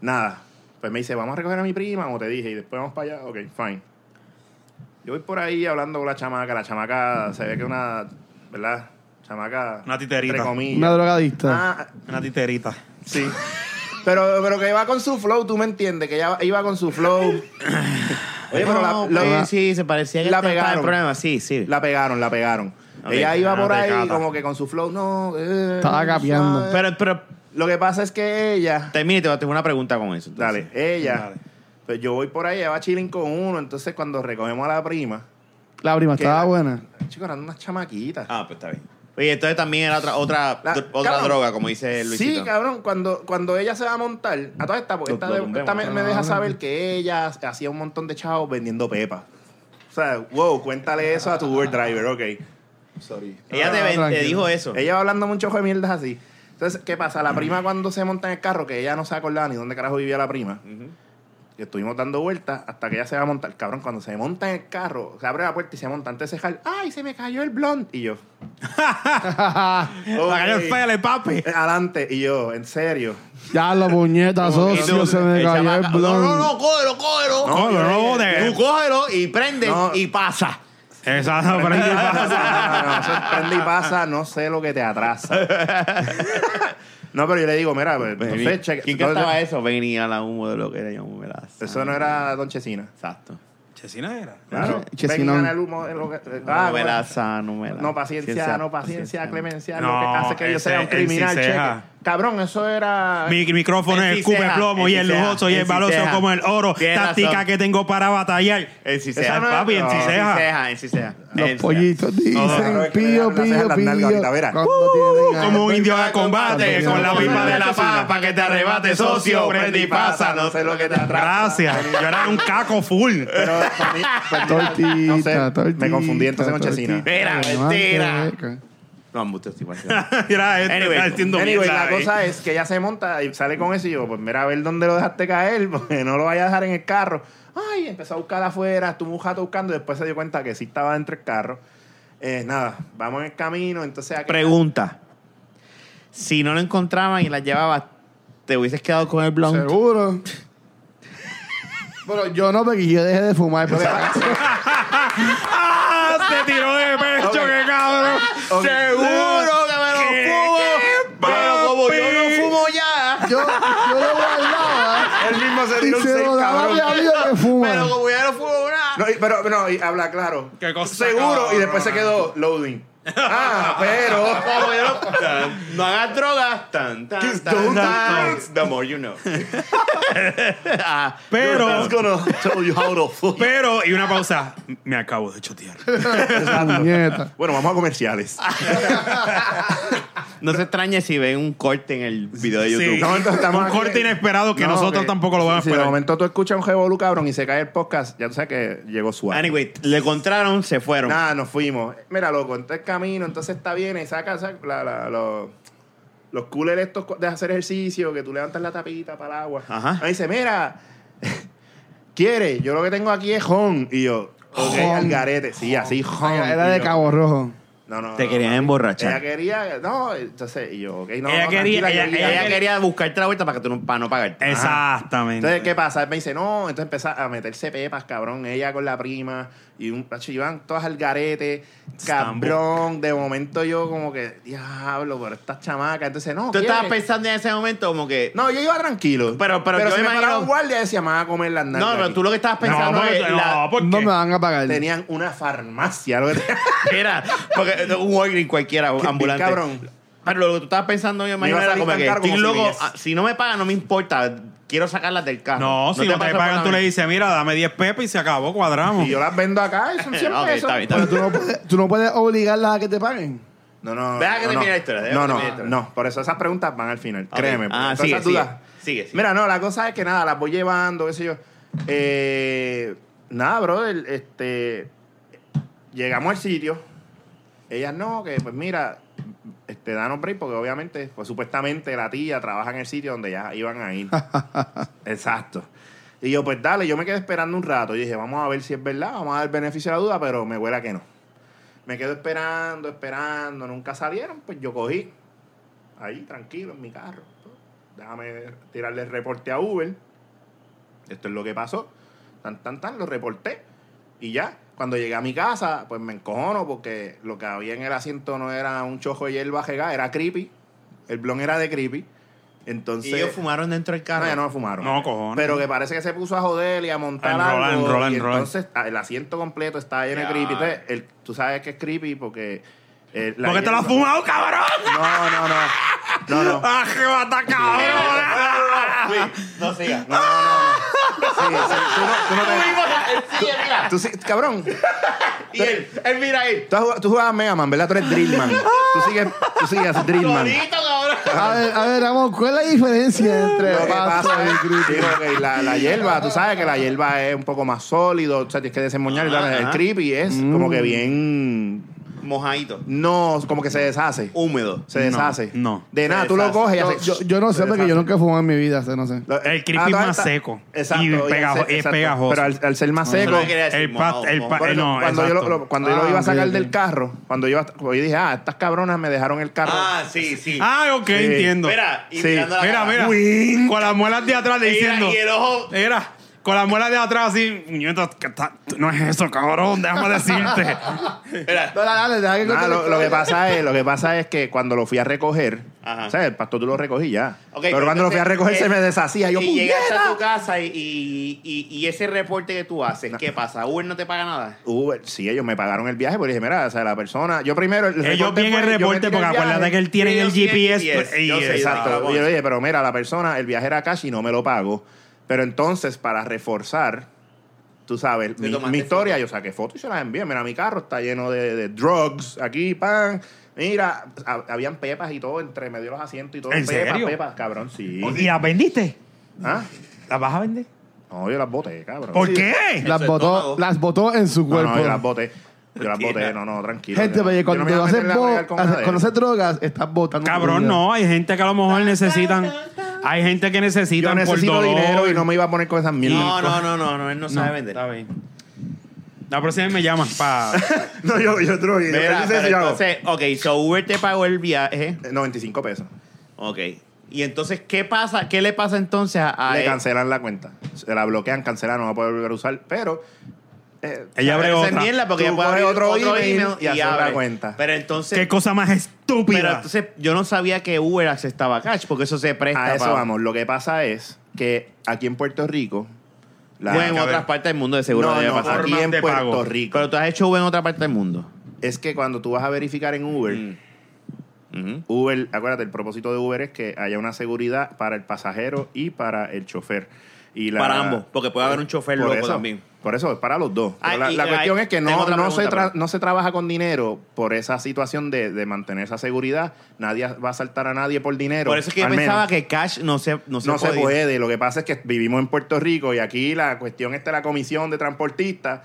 Nada. Pues me dice, vamos a recoger a mi prima, como te dije, y después vamos para allá. Ok, fine. Yo voy por ahí hablando con la chamaca. La chamaca se ve que es una, ¿verdad? Chamaca. Una titerita. Entre comillas. Una drogadista. Ah, Una titerita. sí. Pero, pero que va con su flow, tú me entiendes, que ella iba con (sighs) su flow. Oye, pero la, No, la- pues, sí, se parecía que la estaba en pegaron. problema. Sí, sí. la pegaron, la pegaron. Ok, ah, Ella iba una por ahí tecata. como que con su flow, no. eh, Estaba gapeando. suave. Pero, pero Lo que pasa es que ella. termine, te voy a hacer una pregunta con eso. entonces. Dale, Eh, ella. Dale. Pues yo voy por ahí, ella va chilling con uno. Entonces, cuando recogemos a la prima, La prima que estaba la- buena. chicos, eran unas chamaquitas. Ah, pues está bien. Oye, entonces también era otra, otra, La- dr- otra cabrón. droga, como dice eh, Luisito. Sí, cabrón, cuando, cuando ella se va a montar, a todas estas, porque Lo- esta, lo de- tumbemos, esta me, Ah, ¿no? me deja saber que ella hacía un montón de chavos vendiendo pepa. O sea, wow, cuéntale eso a tu Uber driver, ok. Sorry. Ella te, Ah, ven- te tranquilo. dijo eso. Ella va hablando mucho de mierdas así. Entonces, ¿qué pasa? La prima cuando se monta en el carro, que ella no se acordaba ni dónde carajo vivía la prima, y estuvimos dando vueltas hasta que ella se va a montar. Cabrón, cuando se monta en el carro, se abre la puerta y se monta antes de cejar. ¡Ay, se me cayó el blond! Y yo, La calle es fea, le papi. eh, adelante. Y yo, en serio. (laughs) Ya la puñeta, Y tú, socio, se me el cayó el chamaco, No, no, blon. no, cógelo, cógelo. No, yo no, le- no, de- Tú cógelo y prendes eh. No. y pasa. Exacto, pero ¿qué pasa? No, no, no, eso es prende y pasa, no sé lo que te atrasa. (laughs) no, pero yo le digo, mira, pues, Vení. entonces, cheque- ¿Quién entonces, cantaba eso? Venía la humo de lo que era yo me la sabe. Eso no era Don Chesina. Exacto. Chesina era. Claro. Chesina. Vengan al humo. es lo que- Ah, Ah, no me bueno. la sabe, no me la No, paciencia, no paciencia, clemencia, lo que No, hace que yo ese- sea un el criminal, Ciceja. cheque. Cabrón, eso era... Mi micrófono El es el cubo de Ciceja, plomo el y el Ciceja, lujoso y el el valioso Ciceja. como el oro. Tienes Táctica razón. que tengo para batallar. En Esa Ciseja. no es- Papi, en no, Ciseja. En Ciseja, en Los Ciseja. pollitos claro, dicen es que le pío, dan las cejas pío, las nalgas pío. ahorita, Uh, verá. Cuando tienen- Como un indio de combate Cuando con la tenga- pipa de la Ciseja. papa que te arrebate, socio. Prende y pasa. no sé lo que te atrasa. Gracias. Yo era un caco full. (laughs) Pero pues, para mí- para mí- Tortita, no sé, tortita, me confundí entonces con tortita. Chesina. Mira, mentira. Manteca. No, embuste, estoy (laughs) igual. Era este, Anyway, está haciendo Anyway, mierda la ahí. cosa es que ella se monta y sale con eso y yo, pues mira a ver dónde lo dejaste caer, (laughs) porque no lo vaya a dejar en el carro. Ay, empezó a buscar afuera, estuvo un jato buscando y después se dio cuenta que sí estaba dentro del carro. Eh, nada, vamos en el camino, entonces aquí... Pregunta. Si no lo encontraban y la llevabas, ¿te hubieses quedado con el blonde? Seguro. Bueno, yo no, porque yo dejé de fumar. pero- ¡Ah! Se tiró de pecho, qué cabrón. Ok. Seguro que me lo ¿Qué? fumo. Pero como yo no fumo ya. Yo, yo lo guardaba Él mismo se y dio un se seis, lo daba a mi cabrón. amigo (laughs) que fuma. Pero como yo no fumo nada. No, y- pero no, y habla claro. Qué cosa, Seguro, y cabrón. después se quedó loading. (laughs) Ah, pero... Como yo no- tan, no hagas drogas. Tan, tan, Just tan, don't tan. do drugs. The more (laughs) you know. Ah, Pero, That's gonna (laughs) tell you how to fuck. pero, y una pausa. Me acabo de chotear. Puñeta. Bueno, vamos a (laughs) comerciales. no se extrañe si ven un corte en el video de Sí. YouTube. De momento estamos Un corte inesperado que nosotros tampoco lo vamos a Si de esperar. momento tú escuchas un revolú, cabrón, y se cae el podcast, ya tú sabes que llegó suave. Anyway, le encontraron, se fueron. Nada, nos fuimos. Mira, loco, entonces camino, entonces está bien, y saca, saca la, la- lo- Los coolers estos cu- de hacer ejercicio, que tú levantas la tapita para el agua. Ajá. Ahí dice, mira, (laughs) ¿quiere? Yo lo que tengo aquí es hon. Y yo, ok, Jon. al garete. Sí, así, hon. Era Y de yo, Cabo Rojo. No, no, Te no, querían mami. emborrachar. Ah, Ella quería, no, entonces, y yo, ok, no, Ella no, quería- tranquila, yo ella- voy a- Ella quería- quería buscarte la vuelta para que tú no, para no pagarte. Exactamente. Entonces, ¿qué pasa? Él me dice, no, entonces empieza a meterse pepas, cabrón, ella con la prima, y un pacho, iban todas al garete, Están cabrón, de momento yo como que, diablo, pero estas chamacas, entonces, no, Tú estabas ¿quiere? pensando en ese momento como que... No, yo iba tranquilo. Pero- pero yo me si me paraba imagino- un guardia, decía, me van a comer las nalgas No, pero aquí". tú lo que estabas pensando no, es... porque- no, la- ¿por No qué? me van a pagar. Tenían una farmacia, lo que Mira, porque un Walgreens cualquiera, un Bien ambulante. cabrón. Pero lo que tú estabas pensando, yo imagino, iba a era salir como tan que caro estoy como si loco, viniese. ah, si no me pagan, no me importa, quiero sacarlas del Ah, carro. No, pues, si no te pasa pagan, por tú la le dices, mira, dame 10 pepas y se acabó, cuadramos. (laughs) Y yo las vendo acá y son (laughs) 100 Ok, pesos. está bien, está Pero tú no, puedes, tú no puedes obligarlas a que te paguen. No, no, Deja que no, termine no. la historia, deja No, que no, termine la historia. no. Por eso esas preguntas van al final, Ok. créeme. Ah, porque sigue, esas sigue, dudas- sigue, sigue. Mira, no, la cosa es que nada, las voy llevando, qué sé yo. Eh, nada, brother, este... Llegamos al sitio. Ellas no, que pues mira, este, danos break porque obviamente, pues supuestamente la tía trabaja en el sitio donde ya iban a ir. Exacto. Y yo, pues dale, yo me quedé esperando un rato. Y dije, vamos a ver si es verdad, vamos a dar beneficio a la duda, pero me huele a que no. Me quedo esperando, esperando, nunca salieron, pues yo cogí. Ahí, tranquilo, en mi carro. Déjame tirarle el reporte a Uber. Esto es lo que pasó. Tan, tan, tan, lo reporté. Y ya, cuando llegué a mi casa, pues me encojono porque lo que había en el asiento no era un chojo de hierba jegá, era creepy. El blon era de creepy. Entonces. Y ellos fumaron dentro del carro. No, ya no me fumaron. No, cojones. Pero que parece que se puso a joder y a montar A enrolar, algo. enrolar, y enrolar. entonces ah, el asiento completo está lleno de Ya. creepy. Entonces, el- tú sabes que es creepy porque... eh, la ¿Por qué te lo has hierba- fumado, cabrón? No, no, no. No, (laughs) no. ¡Ah, qué bata, cabrón! Ah, No sigas. No, no, no. Sí, sí, tú no, tú no te- Ah, mira. tú sí- cabrón, Y él, él mira ahí. tú, has jugado- tú jugabas Mega Man, ¿verdad? Tú eres Drillman. Tú sigues, tú sigues Drillman. Solito, cabrón. A ver, a ver, vamos, ¿cuál es la diferencia entre Lo que Pasto pasa y es Creepy? digo, ok, la, la hierba, tú sabes que la hierba es un poco más sólido, o sea, tienes que desemboñar y tal. El Ajá. creepy es como que bien... Mojadito. No, como que se deshace. Húmedo. Se deshace. no. De nada, Se tú lo deshace. coges y Yo, haces... yo- yo no Se sé, porque yo deshace. nunca he fumado en mi vida, o sea, no sé. Lo- Ah, El creepy todo es más seco Exacto. y al pegajo- ser- es pegajoso. Pero al, al ser más Eso seco. es lo que quería decir, El pat- mojado, el mojado. pa- por eso, no, cuando yo, lo, exacto. lo- cuando yo lo Ah, iba a sacar ok, del ok. carro, cuando yo, yo dije, ah, estas cabronas me dejaron el carro. Ah, sí, sí. Ah, ok, entiendo. Mira, y Sí. mirando la Mira, cara. mira. Con las muelas de atrás le Mira, diciendo. Y el ojo. Mira, con las muelas de atrás así. "Muñeca, que ta- No es eso, cabrón, déjame decirte. Mira. Dale, dale, deja Nada, que cuente lo, la lo que historia. pasa es, lo que pasa es que cuando lo fui a recoger, Ajá. o sea, el pasto tú lo recogí ya. Ok, pero, cuando lo fui a entonces, recoger eh, se me deshacía. Yo, y llegaste a tu "¡Puñeta!". casa y, y, y- y ese reporte que tú haces, ¿qué pasa? ¿Uber no te paga nada? Uber, sí, ellos me pagaron el viaje, porque dije, mira, o sea, la persona, yo primero... (laughs) El Ellos reporte ven fue, el yo me reporte tiré porque el acuérdate viaje. que él tiene el Ellos tienen GPS. GPS, yo pues, Y sé, yo sé. exacto. Exacto. Y yo le dije, pero mira, la persona, el viaje era cash y no me lo pago. Pero entonces, para reforzar, tú sabes, mi, tomaste mi historia, foto. yo saqué fotos y se las envié. Mira, mi carro está lleno de, de drugs. Aquí, pan. Mira, ha- habían pepas y todo entre medio de los asientos y todo. ¿En pepas, serio? pepas, cabrón, sí. ¿Y las vendiste? ¿Ah? ¿Las vas a vender? No, yo las boté, cabrón. ¿Por Sí. qué? Eso Las es botó, estómago. las botó en su No, cuerpo. no, yo las boté. Yo las boté, Mentira. no, no, tranquilo. Gente, Yo no- oye, yo cuando no me iba a haces meter a bo- bregar con haces- nadie. cuando haces drogas, estás botando. tu Cabrón, vida. no. Hay gente que a lo mejor necesitan. Hay gente que Yo necesitan por necesito dolor. dinero y no me iba a poner con esas mierdas. No, no, no, no, no, él no sabe vender. Está bien. La próxima vez me llaman (laughs) para. (laughs) No, yo, yo drogué. Yo Mira, hice pero eso y hago. entonces, ok, so Uber te pagó el viaje, Eh, 95 pesos. ok. Y entonces, ¿qué pasa? ¿Qué le pasa entonces a le él? cancelan la cuenta. Se la bloquean, cancelan, no va a poder volver a usar, pero. eh, Ella abre Esa otra. mierda porque Tú ella puede coges abrir otro, otro email email y hacer la abre. cuenta. Pero Qué entonces, cosa más pero estúpida. entonces yo no sabía que Uber aceptaba cash porque eso se presta a eso para- vamos. Lo que pasa es que aquí en Puerto Rico. la- Bueno, pues en a otras ver. partes del mundo de seguro No, debe no, pasar. aquí en de Puerto pago. Rico. Pero tú has hecho Uber en otra parte del mundo. Es que cuando tú vas a verificar en Uber, Mm. Ujú. Uber, acuérdate, el propósito de Uber es que haya una seguridad para el pasajero y para el chofer. Y la- Eh, Para ambos, porque puede haber un chofer Por loco eso, también. Por eso, es para los dos. Ah, Pero la y la hay- cuestión es que tengo no, otra no, se pregunta, tra- pero- no se trabaja con dinero por esa situación de, de mantener esa seguridad. Nadie va a saltar a nadie por dinero. Por eso es que yo al menos. pensaba que cash no se No se no se podía. puede. Lo que pasa es que vivimos en Puerto Rico y aquí la cuestión está la comisión de transportistas.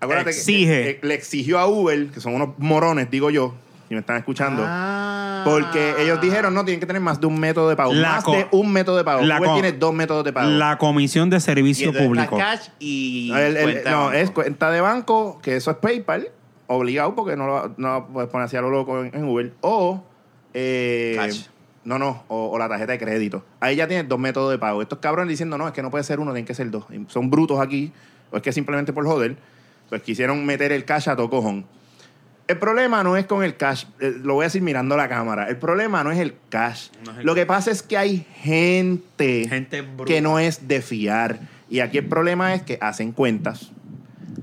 Acuérdate que- Exige. que, que le exigió a Uber, que son unos morones, digo yo, si me están escuchando, Ah, Porque ellos dijeron, no, tienen que tener más de un método de pago. La más co- de un método de pago. la Google co- tiene dos métodos de pago. La Comisión de Y Servicio entonces está Público. cash y El- el- cuenta de no, banco. es cuenta de banco, que eso es PayPal, obligado porque no lo, no lo puedes poner así a lo loco en, en Uber. O. eh, Cash. No, no, o, o la tarjeta de crédito. Ahí ya tienes dos métodos de pago. Estos cabrones diciendo, no, es que no puede ser uno, tienen que ser dos. Y Son brutos aquí, o es que simplemente por joder, pues quisieron meter el cash a todo cojón. El problema no es con el cash, eh, lo voy a decir mirando la cámara. El problema no es el cash. No es el lo que pasa es que hay gente, Gente bruta. que no es de fiar. Y aquí el problema es que hacen cuentas,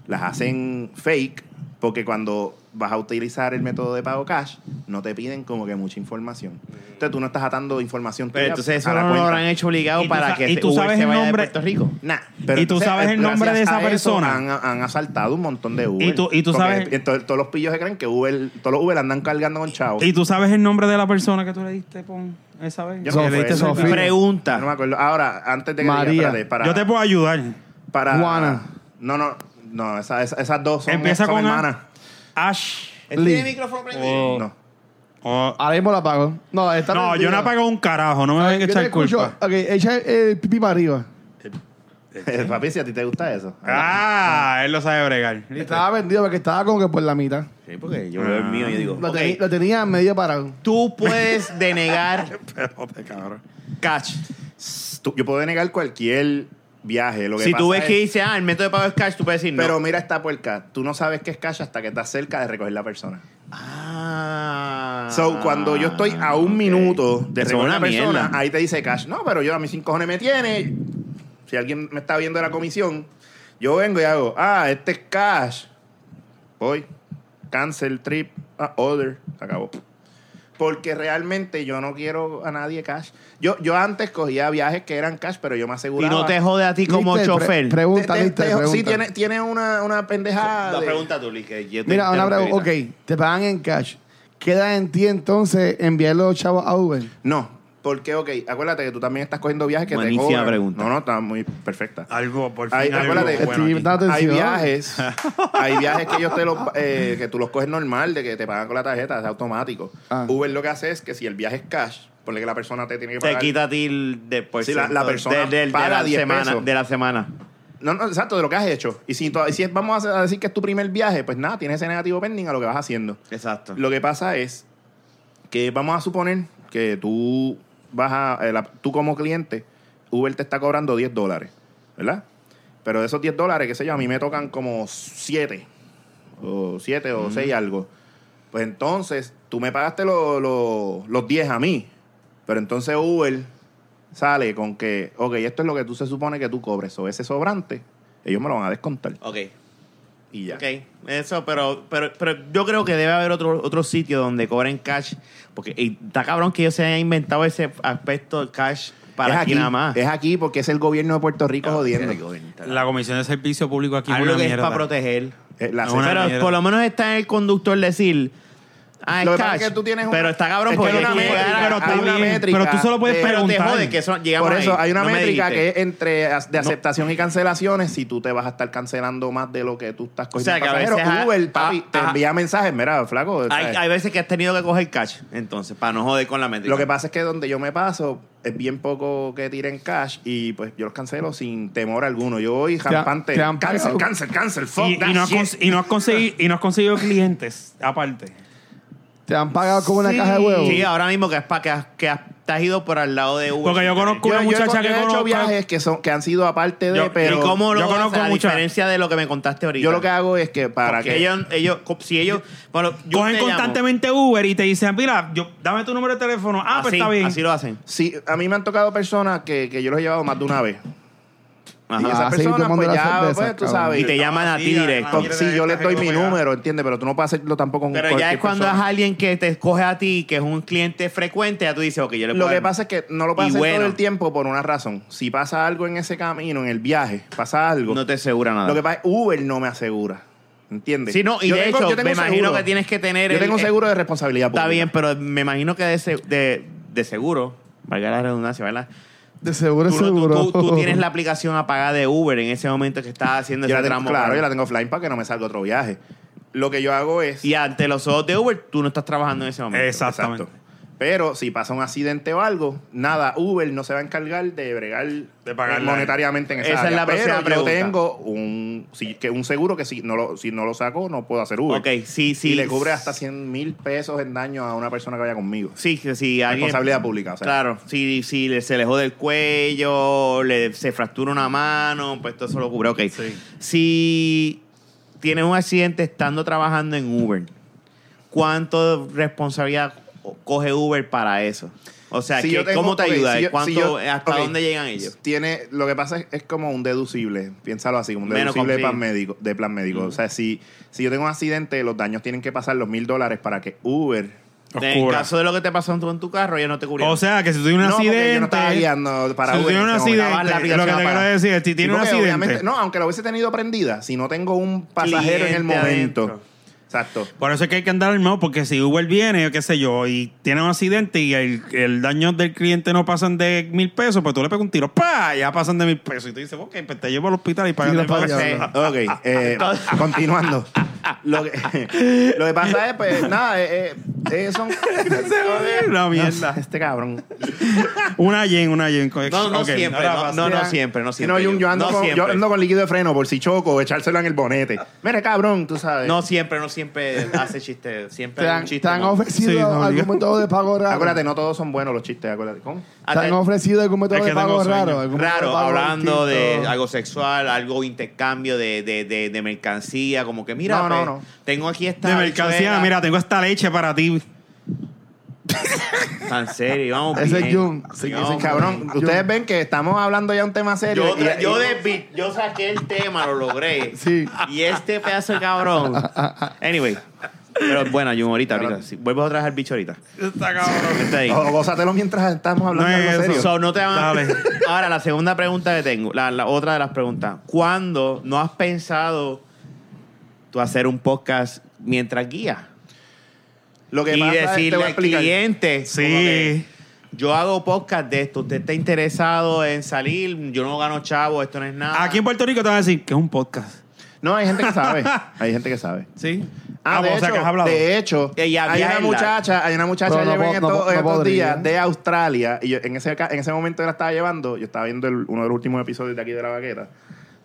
las hacen fake, porque cuando vas a utilizar el método de pago cash, no te piden como que mucha información. Entonces tú no estás atando información Pero tuya entonces eso a la no lo cuenta. habrán hecho obligado ¿Y tú para sa- que y se- tú Uber sabes se el vaya nombre? de Puerto Rico. Nah, ¿Y tú sabes el gracias nombre de esa a eso persona? Han, han asaltado un montón de Uber. ¿Y tú- y tú Porque sabes- ento- todos los pillos se creen que Uber, todos los Uber andan cargando con chavo. ¿Y tú sabes el nombre de la persona que tú le diste pon, esa vez? Yo Que no le sé, fue diste ese- Sofía. Pregunta. No me acuerdo. Ahora, antes de que María. diga, espérate, para, Yo te puedo ayudar. para Juana. No, no, no, esa- esa- esas dos son, Empieza son con A. hermanas. Ash. ¿Él tiene Lee. micrófono prendido? o- No. o- Ah, Ahora mismo la pago. No, está no, yo no he pagado un carajo. No me voy a Yo te echar escucho. culpa. Ok, echa el pipí para arriba. Oh. (laughs) Papi, si a ti te gusta eso. Ah, él lo sabe bregar. Estaba vendido porque estaba como que por la mitad. Sí, porque yo veo el mío y yo digo, Lo, ok, teni- lo tenía medio parado. tú puedes denegar pues, Espérate, cabrón. cash. Tú- yo puedo denegar cualquier viaje. (laughs) Lo que Si tú pasa ves que es- dice, ah, el método de pago es cash, tú puedes decir no. Pero mira esta puerca. Tú no sabes qué es cash hasta que estás cerca de recoger la persona. Ah. So, cuando yo estoy a ok. un minuto de Eso es recoger una la persona, mierda. ahí te dice cash. No, pero yo a mis cinco cojones me tiene. Si alguien me está viendo de la comisión, yo vengo y hago, ah, este es cash. Voy, cancel trip, ah, order, se acabó. Porque realmente yo no quiero a nadie cash. Yo, yo antes cogía viajes que eran cash, pero yo me Y aseguraba. no te jode a ti como Mister, pre- chofer. pregunta, Te- te- mister, te- pregunta. Sí, tiene, tiene una, una pendeja. la de- pregunta tú, Lee, que yo te Mira, una interrumpí pregunta. Ok, ahorita. te pagan en cash. ¿Queda en ti entonces enviar los chavos a Uber? No, porque, ok, acuérdate que tú también estás cogiendo viajes que Buenísima te cobran. pregunta. No, no, está muy perfecta. Algo, por fin. Ay, algo acuérdate, bueno Estoy aquí. dando Hay atención. (laughs) viajes, hay viajes que ellos te los, eh, que tú los coges normal, de que te pagan con la tarjeta, es automático. Ah. Uber lo que hace es que si el viaje es cash, ponle que la persona te tiene que Te pagar. quita a ti el después. Sí, la- la persona paga 10 semana, pesos. De la semana. No, no, exacto, de lo que has hecho. Y si, to- y si es- vamos a hacer- a decir que es tu primer viaje, pues nada, tienes ese negativo pending a lo que vas haciendo. Exacto. Lo que pasa es que vamos a suponer que tú vas a, eh, la- tú como cliente, Uber te está cobrando 10 dólares, ¿verdad? Pero de esos 10 dólares, qué sé yo, a mí me tocan como 7 o 7 o 6 algo. Pues entonces, tú me pagaste lo- lo- los 10 a mí, pero entonces Uber sale con que, ok, esto es lo que tú se supone que tú cobres, o ese sobrante, ellos me lo van a descontar Ok. y ya. Ok. Eso, pero, pero, pero yo creo que debe haber otro, otro sitio donde cobren cash. Porque y está cabrón que ellos se hayan inventado ese aspecto de cash para es aquí, nada más. Ah, Es aquí porque es el gobierno de Puerto Rico jodiendo. La Comisión de Servicio Público aquí es Algo una que es mierda. para proteger. Eh, la No, una pero mierda. por lo menos está en el conductor decir. Ah, es Lo que pasa cash. es que tú tienes una- pero está cabrón es que porque hay una hay que métrica, llegar a- pero, hay tú una bien, métrica pero tú solo puedes de- Pero te preguntar. jode que son, llegamos Por eso ahí. hay una No me métrica dijiste. que es entre as- de aceptación y cancelaciones. Si tú te vas a estar cancelando más de lo que tú estás cogiendo O sea, que a pasajeros, veces, Uber, ah, papi, ah, te ah. envía mensajes. Mira, flaco. Hay, ¿sabes? hay veces que has tenido que coger cash, entonces, para no joder con la métrica. Lo que pasa es que donde yo me paso es bien poco que tiren cash y pues yo los cancelo sin temor alguno. Yo voy han- jampante. te han Cancel, pagado. cancel, cancel, fuck Y, that y no has shit. cons- y no has conseguido, y no has conseguido clientes, aparte. ¿Te han pagado como una Sí. caja de huevos? Sí, ah, ahora mismo que es para que, has- que has, te has ido por al lado de Uber. Porque yo conozco una Yo- yo he- yo muchacha que he hecho conozco. viajes que, son, que han sido aparte de, Yo- pero ¿Y cómo lo yo haces? conozco a mucha- diferencia de lo que me contaste ahorita? yo lo que hago es que para Porque que... ellos, ellos, co- si ellos... Bueno, yo Cogen te llamo. constantemente Uber y te dicen, mira, yo, dame tu número de teléfono. Ah, pues Así, está bien. Así lo hacen. Sí, a mí me han tocado personas que, que yo los he llevado más de una vez. Ajá. Y esas Ah, sí, personas, tomando pues la ya, cerveza, pues, tú cabrón. sabes. Y te llaman a ti Sí, directo. la- la- Sí, yo les doy mi Pero ya- número, ¿entiendes? Pero tú no puedes hacerlo tampoco con Pero ya es cualquier cuando es persona. alguien que te escoge a ti, que es un cliente frecuente, ya tú dices, ok, yo le puedo Lo que dar- pasa es que no lo puedes Y hacer bueno. todo el tiempo por una razón. Si pasa algo en ese camino, en el viaje, pasa algo. No te asegura nada. Lo que pasa es Uber no me asegura. ¿Entiendes? Sí, no, y de hecho, me un imagino seguro. que tienes que tener Yo el- tengo un el- seguro de responsabilidad. Está pública. bien, pero me imagino que de, se- de, de seguro, valga la redundancia, ¿verdad? De seguro, Tú, no- tú- seguro. tú- tú tienes la aplicación apagada de Uber en ese momento que estás haciendo Yo la ese tengo, tramo. claro, yo la tengo offline para que no me salga otro viaje. Lo que yo hago es. Y ante los ojos de Uber, tú no estás trabajando en ese momento. Exactamente. Exacto. Pero si pasa un accidente o algo, nada, Uber no se va a encargar de bregar eh, De pagarla. monetariamente en esa, Esa es área. la próxima Pero yo pregunta. tengo un, si- que un seguro que si no, lo, si no lo saco, no puedo hacer Uber. Ok, sí, sí. y le cubre hasta 100 mil pesos en daño a una persona que vaya conmigo. Sí, que si alguien... Responsabilidad pública, o sea. Claro, si, si le- se le jode el cuello, le, se fractura una mano, pues todo eso lo cubre. Ok. Sí. Si tienes un accidente estando trabajando en Uber, ¿cuánto responsabilidad co- coge Uber para eso? O sea, Si ¿qué- yo tengo- ¿cómo te ok, ayuda? si yo- ¿Cuánto- si yo- ¿Hasta ok, dónde llegan ellos? Tiene, lo que pasa es, es como un deducible, piénsalo así, como un Menos deducible de confío. plan médico. De plan médico. O sea, si, si yo tengo un accidente, los daños tienen que pasar los mil dólares para que Uber. Los En cubra. caso de lo que te pasó en tu, en tu carro, ellos no te cubrieron. O sea, que si tuviera un No, porque accidente. yo no estaba guiando para si Uber. tiene un en ese momento. acabar la accidente, lo que aplicación te quiero apagada. decir es: si tiene Sí, un porque obviamente- accidente. No, aunque lo hubiese tenido prendida, si no tengo un pasajero en el Cliente momento. adentro. Exacto. Por eso es que hay que andar armado, porque si Uber viene, qué sé yo, y tiene un accidente y el, el daño del cliente no pasan de mil pesos, pues tú le pegas un tiro, ¡pa! Ya pasan de mil pesos. Y tú dices, ok, pues te llevo al hospital y pagas Sí, lo mil pago pesos. yo. Ok, Ah, eh, continuando. Lo que, (laughs) lo que pasa es, pues, nada, eh, eh, eh, (laughs) son. (laughs) Una mierda. Este cabrón. Una yen, una yen. No, no Ok, siempre, ahora no, pasa. no, no Mira, siempre, no si siempre. Este no, Jun, yo, ando no con, yo siempre. ando con líquido de freno por si choco, echárselo en el bonete. Mire, cabrón, tú sabes. No siempre, no siempre hace chiste. Siempre (laughs) ¿Te hay han, un chiste. te han ¿no? ofrecido Sí, no, algún digo. método de pago raro? acuérdate, no todos son buenos los chistes, acuérdate. ¿Cón? ¿Te han ofrecido algún método Es que de pago tengo sueño. raro? ¿Algún método de raro, pago hablando de distinto? algo sexual, algo intercambio de, de, de, de mercancía, como que mira, No, no, pues, no. tengo aquí esta De mercancía, habichuela. mira, tengo esta leche para ti. Tan serio, vamos Ese es bien. Jun. Sí, No, ese es Cabrón, Yo- ustedes ven que estamos hablando ya un tema serio. Yo, tra- y- yo y- desvi- yo saqué el tema, lo logré. Sí. Y este pedazo de (laughs) cabrón. Anyway. Pero bueno, Jun, ahorita, ahorita. Sí, vuelvo otra vez al bicho ahorita. Está cabrón. Está ahí. O gózatelo mientras estamos hablando No es algo eso. serio. So, no te van a- Dale. (laughs) Ahora, la segunda pregunta que tengo, la, la otra de las preguntas. ¿Cuándo no has pensado tú hacer un podcast mientras guía? Lo que Y pasa es- te voy decirle a al explicar. cliente, Sí. como que, yo hago podcast de esto, usted está interesado en salir, yo no gano chavo, esto no es nada. Aquí en Puerto Rico te van a decir que es un podcast. No, hay gente que sabe. Hay gente que sabe. Sí. Ah, de, pues, o sea hecho, que has hablado. de hecho, Y a hay una viajarla. muchacha, hay una muchacha Pero que no llevé en po- no estos, po- no estos podría. días de Australia y yo, en ese ca- en ese momento que la estaba llevando, yo estaba viendo el- uno de los últimos episodios de aquí de la vaqueta.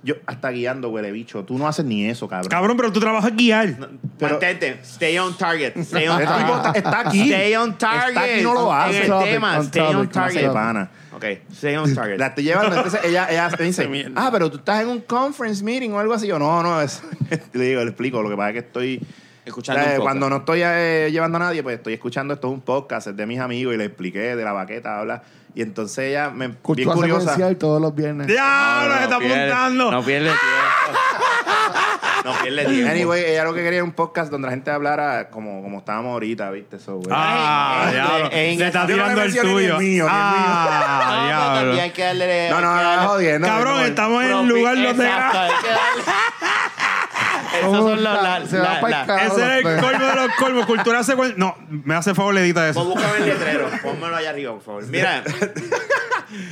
Yo hasta guiando, huele bicho, tú no haces ni eso, cabrón. Cabrón, pero tú trabajas guiar. pero- Mantente, stay on target, (laughs) stay on Este tipo está, target. está aquí. Stay on target. Está aquí, no lo En hace. el Topic, tema, on stay on topic, no target. se va. Pana. Ok, stay on target. La estoy llevando, entonces ella, ella (laughs) me dice, ah, pero tú estás en un conference meeting o algo así. Yo, no, no, es... (laughs) le digo, le explico, lo que pasa es que estoy... Escuchando Eh, un podcast. cuando no estoy eh, llevando a nadie, pues estoy escuchando esto es un podcast, es de mis amigos y le expliqué de la baqueta, habla. Y entonces ella me bien Cultura curiosa. secuencial todos los viernes. ¡Diablo! se está pierde- apuntando. No pierde tiempo. (laughs) No pierde tiempo. Anyway, ella lo que quería era un podcast donde la gente hablara como, como estábamos ahorita, ¿viste? Eso, güey. Ah, En- diablo. en- en- Se está Yo no tirando el mencioné ni el mío, tuyo. ni el mío. No, (laughs) pero Ah, también diablo. hay que darle. no, no, hay que no, darle- no, jodiendo. Cabrón, no, estamos en el lugar donde Exacto, era. hay que darle. Esos son los. la- Se va la- pa'l la- carajo. pues. Ese era el Pero- colmo de los colmos. Cultura secuen... No, me hace favor, le edita Pues eso. búscame el letrero. Pónmelo allá arriba, por favor. Mira,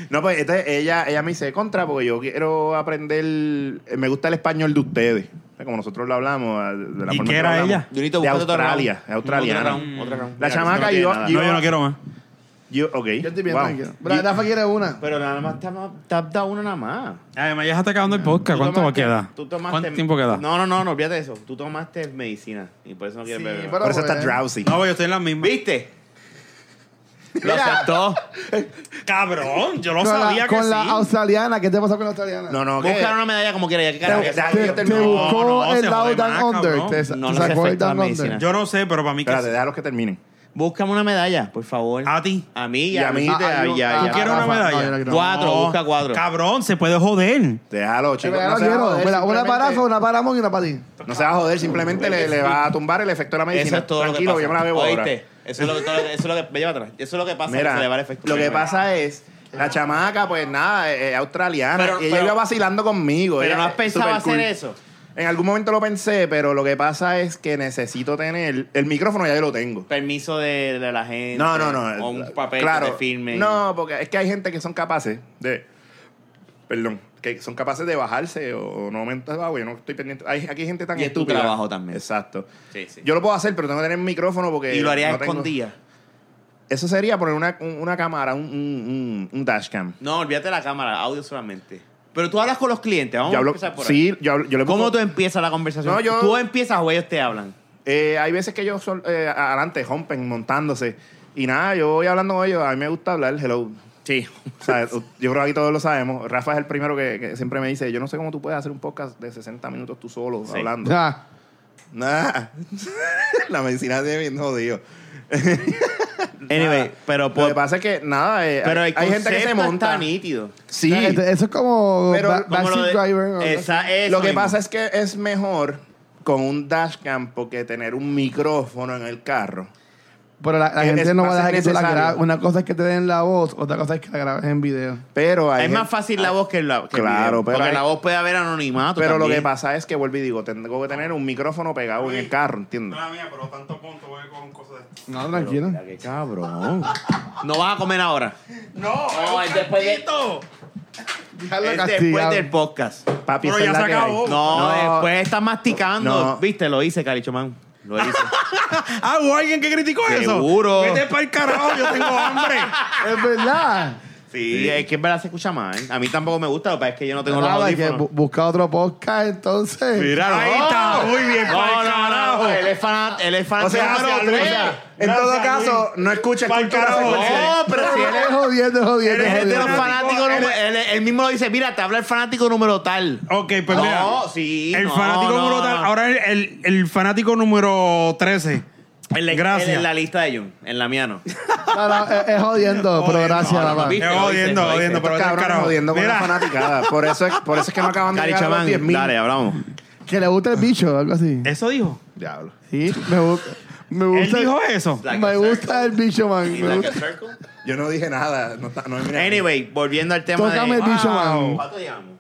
No, pues entonces ella, ella me dice contra porque yo quiero aprender, eh, me gusta el español de ustedes. O sea, Como nosotros lo hablamos, eh, de la forma ¿Y qué en que era lo hablamos. ella? Junito, De búscate otro Australia, round. es australiana. Otro round, otro round. La Mira, chamaca, no tiene yo- nada. No, yo no quiero más. Yo, ok. Yo estoy viendo wow. aquí. Pero Rafa quiere una. Pero nada más te has- te has dado una nada más. Además, ya se está acabando el podcast. Tú ¿Cuánto va a tomaste- quedar? tú tomaste- ¿Cuánto tiempo queda? No, No, no, no, no, olvídate de eso. Tú tomaste medicina y por eso no quieres Sí, beber. pero- Por eso está bueno. drowsy. pues yo estoy en la misma. ¿Viste? Lo aceptó. Cabrón, yo lo con la, sabía que con la sí. australiana. ¿qué te pasó con la australiana? No, no, que... Buscar una medalla como quiera. Ya que Te- carajo, ya te- sabes. Te, yo te termino. buscó No, no, el se lado jode down más, under. cabrón. Te, No te le hace sacó el efecto down la under. medicina. Yo no sé, pero para mí que Espérate, sí. déjalo que terminen. Búscame una medalla, por favor. A ti. A mí Y ya. a mí ya, te- ya, yo- ya. Ah, ¿Tú quieres una Rafa, no, medalla? yo no quiero. Cuatro, No, busca cuatro. Cabrón, se puede joder. Déjalo, Te chicos. regalo No se, va a hielo. joder, Mira, Una simplemente- para Rafa, una para Ramón y una para ti. no se va a joder, simplemente le, le va a tumbar el efecto de la medicina. Eso es todo Tranquilo, lo que pasa. yo me la bebo ahora. ¿Oíste? Eso es lo que, todo lo que- eso es lo que, me lleva atrás. Eso es lo que pasa. que se le va el Mira, efecto lo que primero. pasa es, la chamaca, pues nada, es, es australiana. Pero- y ella pero- iba vacilando conmigo. Pero ella no has es pensado supercool. hacer eso. En algún momento lo pensé, pero lo que pasa es que necesito tener... El micrófono ya yo lo tengo. Permiso de, de la gente. No, no, no. O un papel claro, que te firme. No, porque es que hay gente que son capaces de. Perdón, que son capaces de bajarse o, o no aumentar bajo. Yo no estoy pendiente. Hay, aquí hay gente tan Y es tu estúpida. trabajo también. Exacto. Sí, sí. Yo lo puedo hacer, pero tengo que tener micrófono porque. y lo haría eh, no tengo- escondida. Eso sería poner una, un- una cámara, un, un- un- un dashcam. No, olvídate de la cámara, audio solamente. Pero tú hablas con los clientes, vamos Yo hablo- a empezar por ahí. sí, yo, hablo- yo le ¿Cómo pongo- tú empiezas la conversación? No, yo- Tú empiezas o ellos te hablan. Eh, hay veces que ellos son eh, adelante, rompen, montándose. Y nada, yo voy hablando con ellos. A mí me gusta hablar, hello. Sí. (laughs) O sea, yo creo que aquí todos lo sabemos. Rafa es el primero que, que siempre me dice, yo no sé cómo tú puedes hacer un podcast de 60 minutos tú solo Sí. hablando. Ah, Nah. (laughs) la medicina tiene bien jodido. (laughs) Anyway, pero, Lo que por, pasa es que nada, eh, Pues- pero hay, el hay gente que se concepto monta. Está nítido. Sí. esto- este, Eso es como Pero- ba- Como lo Backseat de- Driver. ¿no? Esa- eso Lo que mismo. pasa es que es mejor con un dashcam porque tener un micrófono en el carro. Pero la, la es- gente no va a dejar va a que ser tú la necesario. grabes. Una cosa es que te den la voz, otra cosa es que la grabes en video. Pero hay es gen- más fácil la voz que el, que el Claro, video, pero porque hay- la voz puede haber anonimato. Pero lo también. que pasa es que vuelvo y digo, tengo que tener un micrófono pegado en el carro, ¿entiendes? mía, pero tanto punto voy con cosas de No, tranquilo. Mira, qué cabrón. No vas a comer ahora. No, No, es después, de, es después castigado. del podcast. Papi, Pero esa ya es la se que hay. acabó. No, No. después estás masticando. No. Viste, lo hice, Caricho Man. Lo hice. Ah, hubo alguien que criticó eso. Seguro. Vete para el carajo, yo tengo (laughs) hambre. Es verdad. sí, es que en verdad se escucha mal. A mí tampoco me gusta, lo que pasa es que yo no tengo los Nada, que audífonos. bu- busca otro podcast entonces. no. Ahí está, muy bien, No, pa'l no, no, carajo. Él es fan, él es fan O sea, número hacia Luis, tres. o sea, en Gracias, todo Luis. caso, no escuches Pa'l cultura carajo. secuencial. No, pero si él es, Eres jodiendo, jodiendo. él es de los jodiendo. fanáticos, Eres- número- él, él mismo lo dice, mira, te habla el fanático número tal. Ok, pues mira. No, sí, El no, fanático no, número no. tal- Ahora el, el- el fanático número 13. En la- Gracias. En, la lista de Jun, en la mía no. No, no, es, es jodiendo, pero Jodiendo. gracias, No, no, papá. no, viste, Eh, lo jodiendo, hice, lo jodiendo, hice. Estos pero vete al cabrones carajo. jodiendo con Mira. la fanaticada. Por eso, es, por eso es que no acaban de llegar a los Carichamán, 10.000. dale, hablamos. Que le gusta el bicho, algo así. ¿Eso dijo? Diablo. Sí, me, gu- me Él gusta. dijo eso. Black me and gusta el bicho, man. Y me Black gusta. and Circle. Yo no dije nada. No, está- no, mira. Anyway, volviendo al tema Tócame de... el bicho, Wow. man. ¿Cuánto llevamos?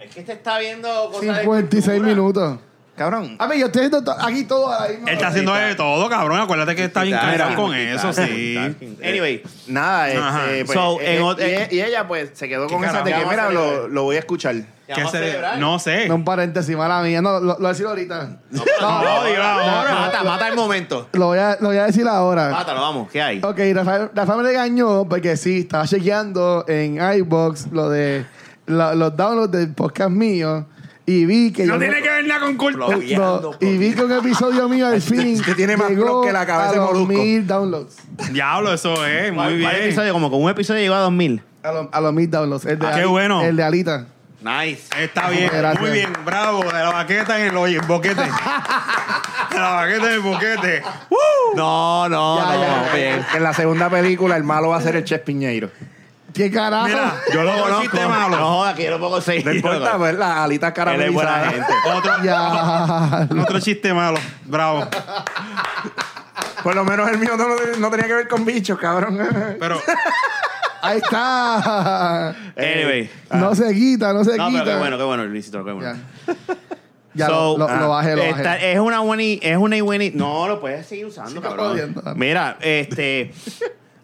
Es que este está viendo cosas de 56 cultura. minutos. Cabrón. Ah, A ver, yo estoy haciendo to- aquí todo a la misma Él está hora. haciendo de todo, cabrón. Acuérdate que está bien Multitasking, cansado con eso, multitasking, sí. Eh, multitasking. Anyway, Nada, Ajá. este, pues, So, eh, en ot- eh, y, y ella pues se quedó con esa carajo? de Ya que, vamos a mira, lo, celebrar. lo voy a escuchar. ¿qué ¿Qué vamos a se- celebrar? No sé. No, un paréntesis, mala mía. No, lo, lo voy a decir ahorita. Eh. No, digo ahora. Mata, mata el momento. Lo voy a, lo voy a decir Ah, ahora. Mátalo, vamos, ¿qué hay? Ok, Rafael, Rafael me regañó porque sí, estaba chequeando en iBox lo de la- los downloads del podcast mío y vi que No yo- tiene que ver nada con culpa. Lo- Blogueando, no, y vi que un episodio (laughs) mío al Este fin que tiene más llegó blog que la cabeza a de los Molusco. mil downloads. Diablo, eso es. Muy ¿Cuál bien. episodio? Como con un episodio llegó a 2000. A, los- a los mil downloads. El de Ah, Ali- qué bueno. El de Alita. Nice. Está bien. Gracias. Muy bien. Bravo. De la baqueta en el oye, boquete. De la baqueta en el boquete. ¡Woo! No, no, Ya, no. ya, ya. bien. En la segunda película el malo va a ser el Ches Piñeiro. ¿Qué carajo? Mira, yo lo conozco. No joda, que yo lo pongo (laughs) seis. No importa, pues las alitas Él es buena caramelizadas. gente. Otro, (laughs) Ya. otro chiste malo. Bravo. Por lo menos el mío no, lo- no tenía que ver con bichos, (laughs) cabrón. Pero Ahí está. Anyway. No se quita, no se No, quita. pero qué bueno, qué bueno, Luisito, qué bueno. Ya, Ya So, lo, lo, ah, lo bajé, lo está- bajé. es una buena, i- es una buena, i- no lo puedes seguir usando, Sigo cabrón. jodiendo. Mira, este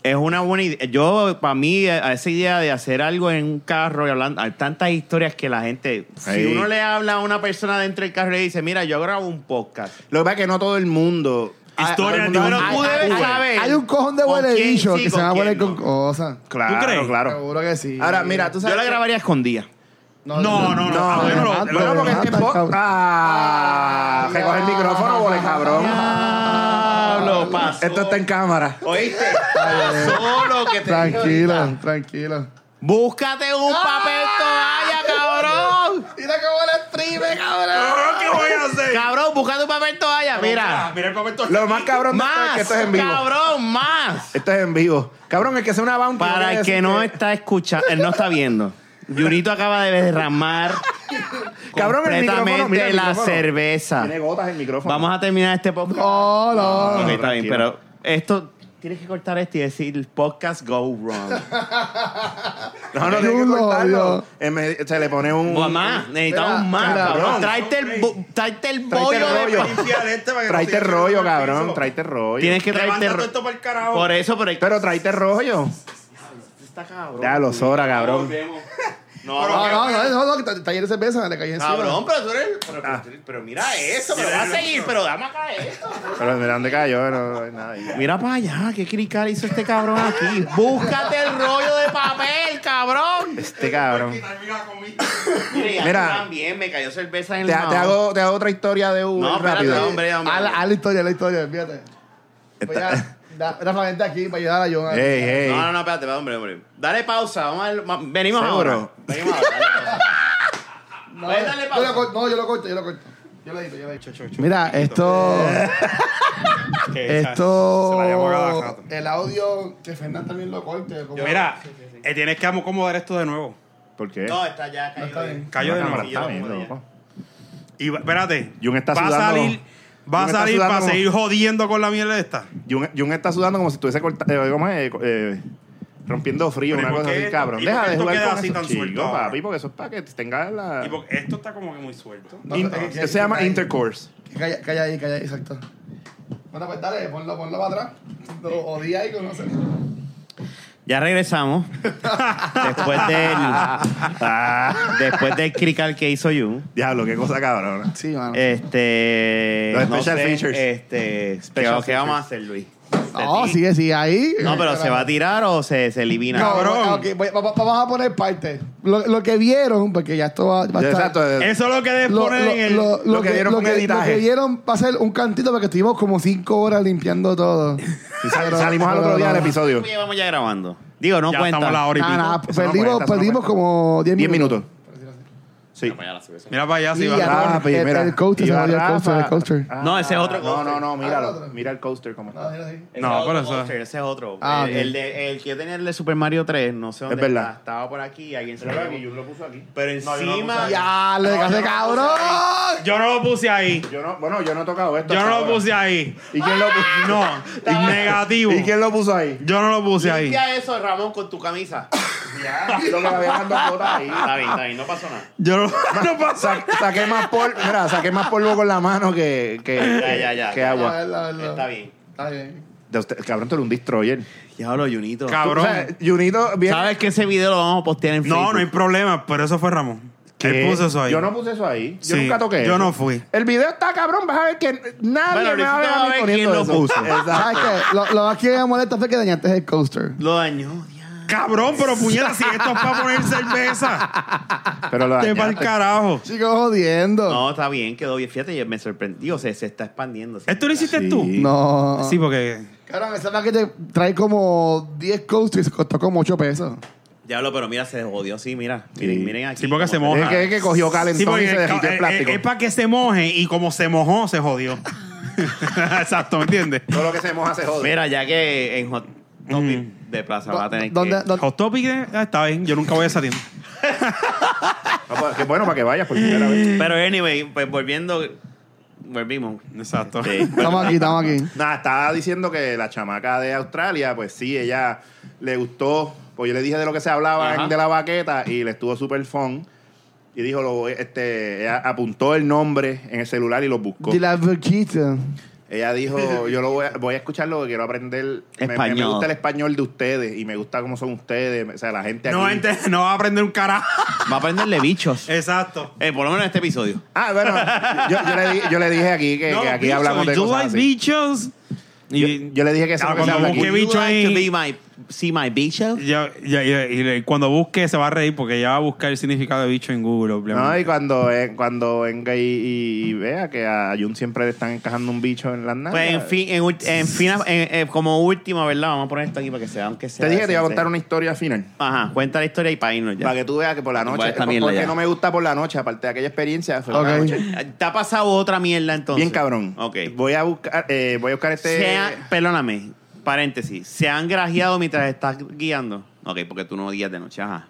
es una buena idea. Yo para mí eh, a esa idea de hacer algo en un carro y hablando, hay tantas historias que la gente, Ahí. si uno le habla a una persona dentro del carro y le dice, "Mira, yo grabo un podcast." Lo que pasa es que no todo el mundo. Historia Ah, todo el mundo- de Pero un- tú Hay- debes Uber. saber. Hay un cojón de con huele quién bicho sí, que se va a quién poner con no. cosas. Claro, ¿Tú crees? claro. Seguro que sí. Ahora, mira, tú Yo sabes. la que- grabaría escondida. no, no, no. Ah, bueno, lo- Leonardo, Bueno, porque es que. Leonardo, po- cabrón. Ah, ya. recoge el micrófono, bole, cabrón. Ah, Diablo, pasó. Esto está en cámara. ¿Oíste? Solo que te digo ahorita. Tranquilo, tranquilo. Búscate un papel toalla, cabrón. Mira cómo le estribe, cabrón. Cabrón, ¿qué voy a hacer? Cabrón, búscate un papel toalla. Mira. mira el papel todo. Lo más cabrón de esto es Más. que esto es en vivo. Cabrón, más. Esto es en vivo. Cabrón, el que sea una bounty. Para quiere el que decir no está escuchando, él no está viendo. Junito acaba de derramar Cabrón, el micrófono, completamente mira el la micrófono. cerveza. Tiene gotas el micrófono. Vamos a terminar este podcast. No, no. Ok, está bien, tranquilo. pero esto tienes que cortar esto y decir podcast go (laughs) wrong. No, no, tiene que Chulo, cortarlo. Dios. En vez- Se le pone un. Mamá, necesitamos Mira, más. cabrón. cabrón. Tráete el, bo- tráete el Tráete el bollo de rollo. este Tráete rollo, cabrón. Tráete Tráete rollo. Tienes que traerte Levanta ro- todo esto para el carajo. Por eso, pero, Pero tráete rollo. está cabrón. Ya los horas, cabrón. Volvemos. No, no, no, no, no, no, no, taller de cerveza, le caí encima. Cabrón, pero tú eres. Pero, pero- pero Ah. mira eso, pero va a seguir, pero dame acá esto. Pero mira dónde cayó, no hay nada. ahí. Mira para allá, qué crical hizo este cabrón aquí. Búscate el rollo de papel, cabrón. Este cabrón. Mira, Mira. tú también me cayó cerveza en Te, te la mano. hago, te hago otra historia de Uber No, espérate, rápido. hombre, hombre. A la, a la historia, a la historia, fíjate. Pues ya, da- Rafa, vente aquí para ayudar a John. Ey, ey. No, no, no, espérate, espérate, hombre, hombre. Dale pausa, vamos a ver- ma- venimos Seguro. ahora. Venimos ahora. dale pausa. No, Pues dale yo pausa. lo corto, no, yo lo corto, yo lo corto. Yo lo edito, yo lo edito. Mira, esto. Se la llevo cada esto. rato. El audio que Fernán también lo corte. como- Mira, Sí, sí, sí. eh, tienes que acomodar esto de nuevo. ¿Por qué? No, está ya No, está bien. caído. Cayó La de cámara nuevo. está bien, Yo lo loco. Y va- espérate. Jun está va a sudando. salir, va Jun a está salir sudando para como- seguir jodiendo con la mierda esta. Jun, Jun está sudando como si estuviese corta- eh, ¿cómo es? Eh, co- eh, rompiendo frío, Pero ¿y una por cosa qué así, esto- cabrón. y por qué Deja de esto jugar queda con así eso, tan chico, suelto ahora? papi, porque eso es para que tenga la... Y porque esto está como que muy suelto. No, In- pero es que- eso se llama intercourse. Calla, calla ahí, calla ahí, exacto. Bueno, pues dale, ponlo, ponlo para atrás. Lo odia y conoce. Ya regresamos. después del. después del crical que hizo Yu. Diablo, qué cosa cabrona. Sí, mano. Este. Los no special sé, features. Este. Special ¿Qué vamos a hacer, features. Luis? no, Se ti- sigue, sigue ahí. No, pero ¿se va a tirar o se, se elimina? No, Cabrón. no, ok, voy- va- va- vamos a poner parte. Lo, lo que vieron, porque ya esto va, va a Ya, estar... Exacto. eh, Eso es lo que debes Lo, poner lo- en el. lo- lo lo que vieron fue lo un que, lo editaje. que vieron va a ser un cantito porque estuvimos como cinco horas limpiando todo. si sal- salimos al otro día del episodio. ¿Cuánto llevamos ya grabando? Digo, no ya cuenta. estamos la hora y Nada, pico. nada, Eso no perdimos, cuenta, eso no perdimos cuenta. como 10 10 minutos. minutos. Sí. pues Mira para allá, si Y va. ya- Papi, El- mira. el coaster, se Iba me olvidó el coaster, Rafa. el coaster. Ah, No, ese es otro No, coaster. no, no, Ah, el míralo. otro. Mira el coaster como está. No, era así. Ese No, es pero otro eso- coaster, ese es otro. Ah, el, ok. el de- el que yo tenía el de Super Mario 3, no sé dónde verdad. está. Estaba por aquí y alguien se lo Míralo aquí, llevó. yo lo puse aquí. Pero No, yo no lo puse encima. ahí. ¡Ya, le hace cabrón! Yo no lo puse ahí. Yo no, bueno, yo no he tocado esto. Yo hasta no lo ahora. puse ahí. ¿Y quién lo puso? (laughs) No, negativo. ¿Y quién lo puso ahí? Yo no lo puse ahí. Limpia eso, Ramón, con tu camisa. Ya, lo que le había dado por ahí. Está bien, está bien, no pasó nada. Yo no, no pasa. Sa- saqué más polvo, mira, saqué más polvo con la mano que, que, Ya, ya, ya. que Ya, agua. A verlo, a verlo. Está bien. Está bien. De usted- cabrón, tú eres un destroyer. Ya hablo, Junito. O Cabrón. sea, Junito viene- ¿Sabes que ese video lo vamos a postear en Facebook? No, no hay problema, pero eso fue Ramón. pues. ¿Qué? Él puso eso ahí. Eh, Yo no puse eso ahí. Yo Sí, nunca toqué. yo eso. no fui. El video está cabrón, vas a ver que nadie Bueno, me va Luisito va a a ver a mí ver poniendo quién lo eso. Eh, puso. Exacto. ¿Sabes qué? Lo, lo más que me molesta fue que dañaste el coaster. Lo dañó, ya. Cabrón, pero puñeta, si esto es para poner (laughs) cerveza, Pero lo te va al dañaste. carajo. Chicos, jodiendo. No, está bien, quedó bien. Fíjate, yo me sorprendí. O sea, se está expandiendo. sí. ¿Esto lo hiciste tú? Sí. No. Sí, porque. Cabrón, esa paquete trae como 10 coasters y costó como 8 pesos. Diablo, pero mira, se jodió, sí, mira. Sí. Miren, miren aquí. Sí, porque cómo se moja. Es que, es que cogió calentón Sí, porque eh, y se es, derritió el plástico. para que se moje y como se mojó, (laughs) se jodió. Exacto, ¿me entiendes? Todo lo que se moja se jode. Mira, ya que en Hot Topic de Plaza va a tener ¿Dónde, que... dónde- Hot Topic, eh, ah, está bien, yo nunca voy a salir. No, pa- que bueno para que vayas por primera (laughs) vez. Pero anyway, pues volviendo... Volvimos. Este, Exacto. Sí. Estamos aquí, estamos aquí. Nada, estaba diciendo que la chamaca de Australia, pues sí, ella le gustó. Pues yo le dije de lo que se hablaba Ajá. en de la baqueta y le estuvo súper fun. Y dijo, lo, voy- este, ella apuntó el nombre en el celular y lo buscó. De la Virgita. Ella dijo, yo lo voy a, voy a escucharlo porque quiero aprender. me- me- Me, Español. gusta el español de ustedes y me gusta cómo son ustedes. O sea, la gente aquí. No, ente- no va a aprender (laughs) un carajo. Va a aprenderle (laughs) bichos. Exacto. Eh, por lo menos en este episodio. Ah, bueno, yo, yo le, di- yo le dije aquí que, No, que aquí bichos, hablamos de you cosas like así. bichos? Ah, Yo, Y- yo le dije que eso Ah, es lo que se habla cuando aquí. busqué Would you bicho like to ahí? be my- see my bichos? Ya, ya, ya, y le- cuando busque se va a reír porque ya va a buscar el significado de bicho en Google. No, obviamente. y cuando, eh, cuando venga y, y- y vea que a Jun siempre le están encajando un bicho en las nalgas. Pues en fin, en, ulti- en fin, en- en- como última, ¿verdad? Vamos a poner esto aquí para que sea, aunque sea. Te dije que te iba a decente. contar una historia final. Ajá, cuenta la historia y para irnos ya. Para que tú veas que por la Pues, Tumba noche. esta por- mierda Porque ya. no me gusta por la noche, aparte de aquella experiencia. Fue por la Ok. noche. ¿Te ha pasado otra mierda entonces? Bien cabrón. Este- Ok. Voy a buscar, eh, voy a buscar este. Se ha- perdóname, paréntesis. ¿Se han grajeado mientras estás guiando? Ok, porque tú no guías de noche, ajá.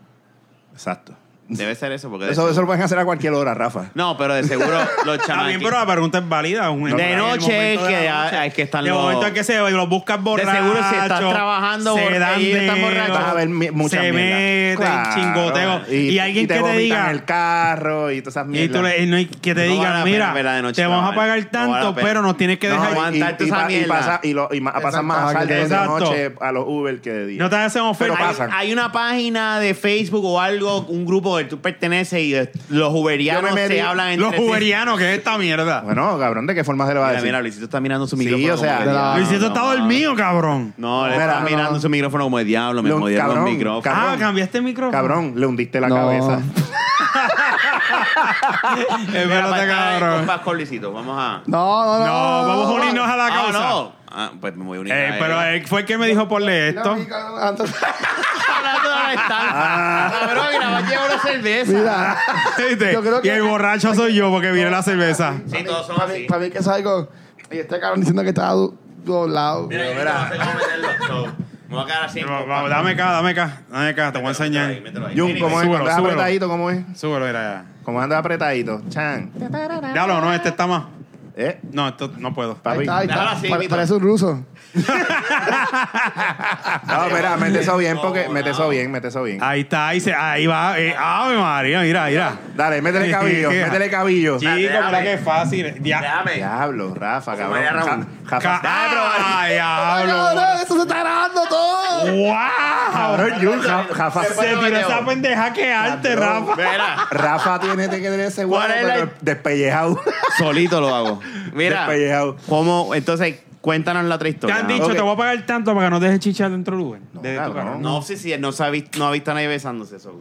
Exacto. Debe ser eso, Pues, porque. de Eso, eso seguro- lo pueden hacer a cucualquier hora, Rafa. No, pero de seguro (laughs) los Está bien, chamacos. pero la pregunta es válida. un- De en noche momento es que de la ya- es que están De los- momento es que se los buscas borrachos. seguro si estás trabajando se borracho, dan y estás dedos, borracho. Vas a ver mi- muchas Se mierdas. meten, Claro. chingoteo. Y, alguien y que te vomitan diga... el carro y todas esas Y mierdas. tú le, y no hay- que te No digan, vale la pena mira, verla de noche, te vamos a vale. pagar No tanto, vale la pena. pero nos tienes que No, dejar. No, No, y, y, aguantar toda y esa pa- y mierda. pasa- y lo- y ma- pasan Exacto. más asaltos de Exacto. noche a los Uber que de día. te hacen Pero oferta. pasa. Hay, hay una página de Facebook o algo, un grupo Uber, tú perteneces y eh, los uberianos Yo me metí- se hablan entre Los sí. uberianos, que es esta mierda. Bueno, cabrón, ¿de qué forma se le va a Mira, decir? mira, Luisito está mirando su Sí, micrófono. o sea, como de la- diablo, Luisito está mano. dormido, cabrón. No, le Mira, está no, mirando no. su micrófono como de diablo, me Lo- jodieron los cabrón, micrófonos. cabrón. Ah, cambiaste el micrófono. Cabrón, le hundiste la No. cabeza. Es Mira, verdad, para acá, cabrón. compas, con Luisito, vamos a... No, no, no. No, vamos a unirnos a la Ah, causa. no. Ah, pues me voy a unir Eh, a pero él. él fue el que me dijo ponle Mira, esto. mi cabrón, antes- Hablando de la estampa. Cabrón, mira, va a llevar una cerveza. Mira, (laughs) ¿Viste? Yo creo Y que- el borracho soy yo porque viene la cerveza. Sí, todos son para mí, así. para mí que es algo. Y este cabrón diciendo que estaba do- doblado. Mira, yo no sé cómo meterlo. so, me voy a quedar así. Vamos, vamos, dame acá, dame acá, dame acá, te voy a enseñar. Jun, ¿cómo es? Súbelo, Cuando es súbelo. apretadito, ¿cómo es? Súbelo, mira. ¿Cómo anda apretadito? Chan. Ya lo, no, este está más. ¿Eh? No, esto no puedo. Ahí Papi. está, ahí está. Ahora sí, Pare- Vito. parece un ruso. No, espera, mete eso bien porque mete eso bien, mete eso bien. Ahí está, ahí, se, ahí va. Eh, ¡Ave María! Mira, mira. Dale, (laughs) métele cabillo, Sí, métele cabillo. Chico, mira qué fácil. Ya. Déjame. Diablo, Rafa, cabrón. María Raúl. Ja- Ca- Rafa- ¡Ay, Cabrón, diablo! eso se está grabando Ah, todo. ¡Wow! Cabrón, Jun, Ja- Rafa. Se tiró esa pendeja que antes, Rafa. Mira, Rafa tiene que tener ese ¿Cuál guano, es la- pero despellejado. solito lo hago. Mira. Despellejado. ¿Cómo? Entonces, cuéntanos la otra Te historia. han dicho, Ok. te voy a pagar tanto para que no dejes chichar dentro del Uber. No, de tu cabrón. carro. No, sí, sí, él no, se ha visto, no ha visto a nadie besándose eso.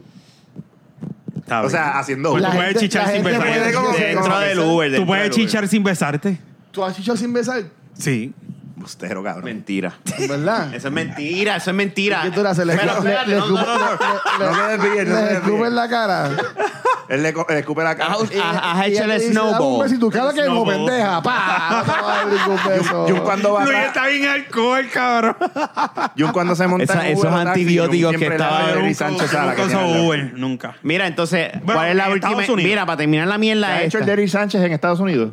Está O sea, bien. haciendo. Pues La tú puedes gente- chichar la sin gente besarte. puede como que- Dentro como que del se- Uber. Tú dentro puedes del Uber. chichar sin besarte. ¿Tú has chichado sin besar? Sí. Bustero, cabrón. Mentira. ¿Verdad? Eso es mentira, eso es mentira. ¿Qué tú le haces? Le- Pero le- espérate, le no, no, no, no. No te desvíes, no te Le desvíes. escupen la cara. Él le, co- le escupe la cara. Ouch. Ah, has Y hecho ella el te dice, dame Un snowball. beso y tú, claro que no, snowball. pendeja. Pa, no te va a abrir un beso. Jun cuando va Luis atrás- está bien alcohol, cabrón. Jun cuando se monta Esa- en Uber esos o taxi, Jun antibióticos que siempre le da estaba- a Jerry Nunca- Sánchez Sala, Nunca que usó tiene- Uber, nunca. Mira, entonces, ¿cuál Bueno, es la en última? Estados Unidos. Mira, para terminar la ¿Qué mierda ha hecho el esta. Jerry Sánchez en Estados Unidos?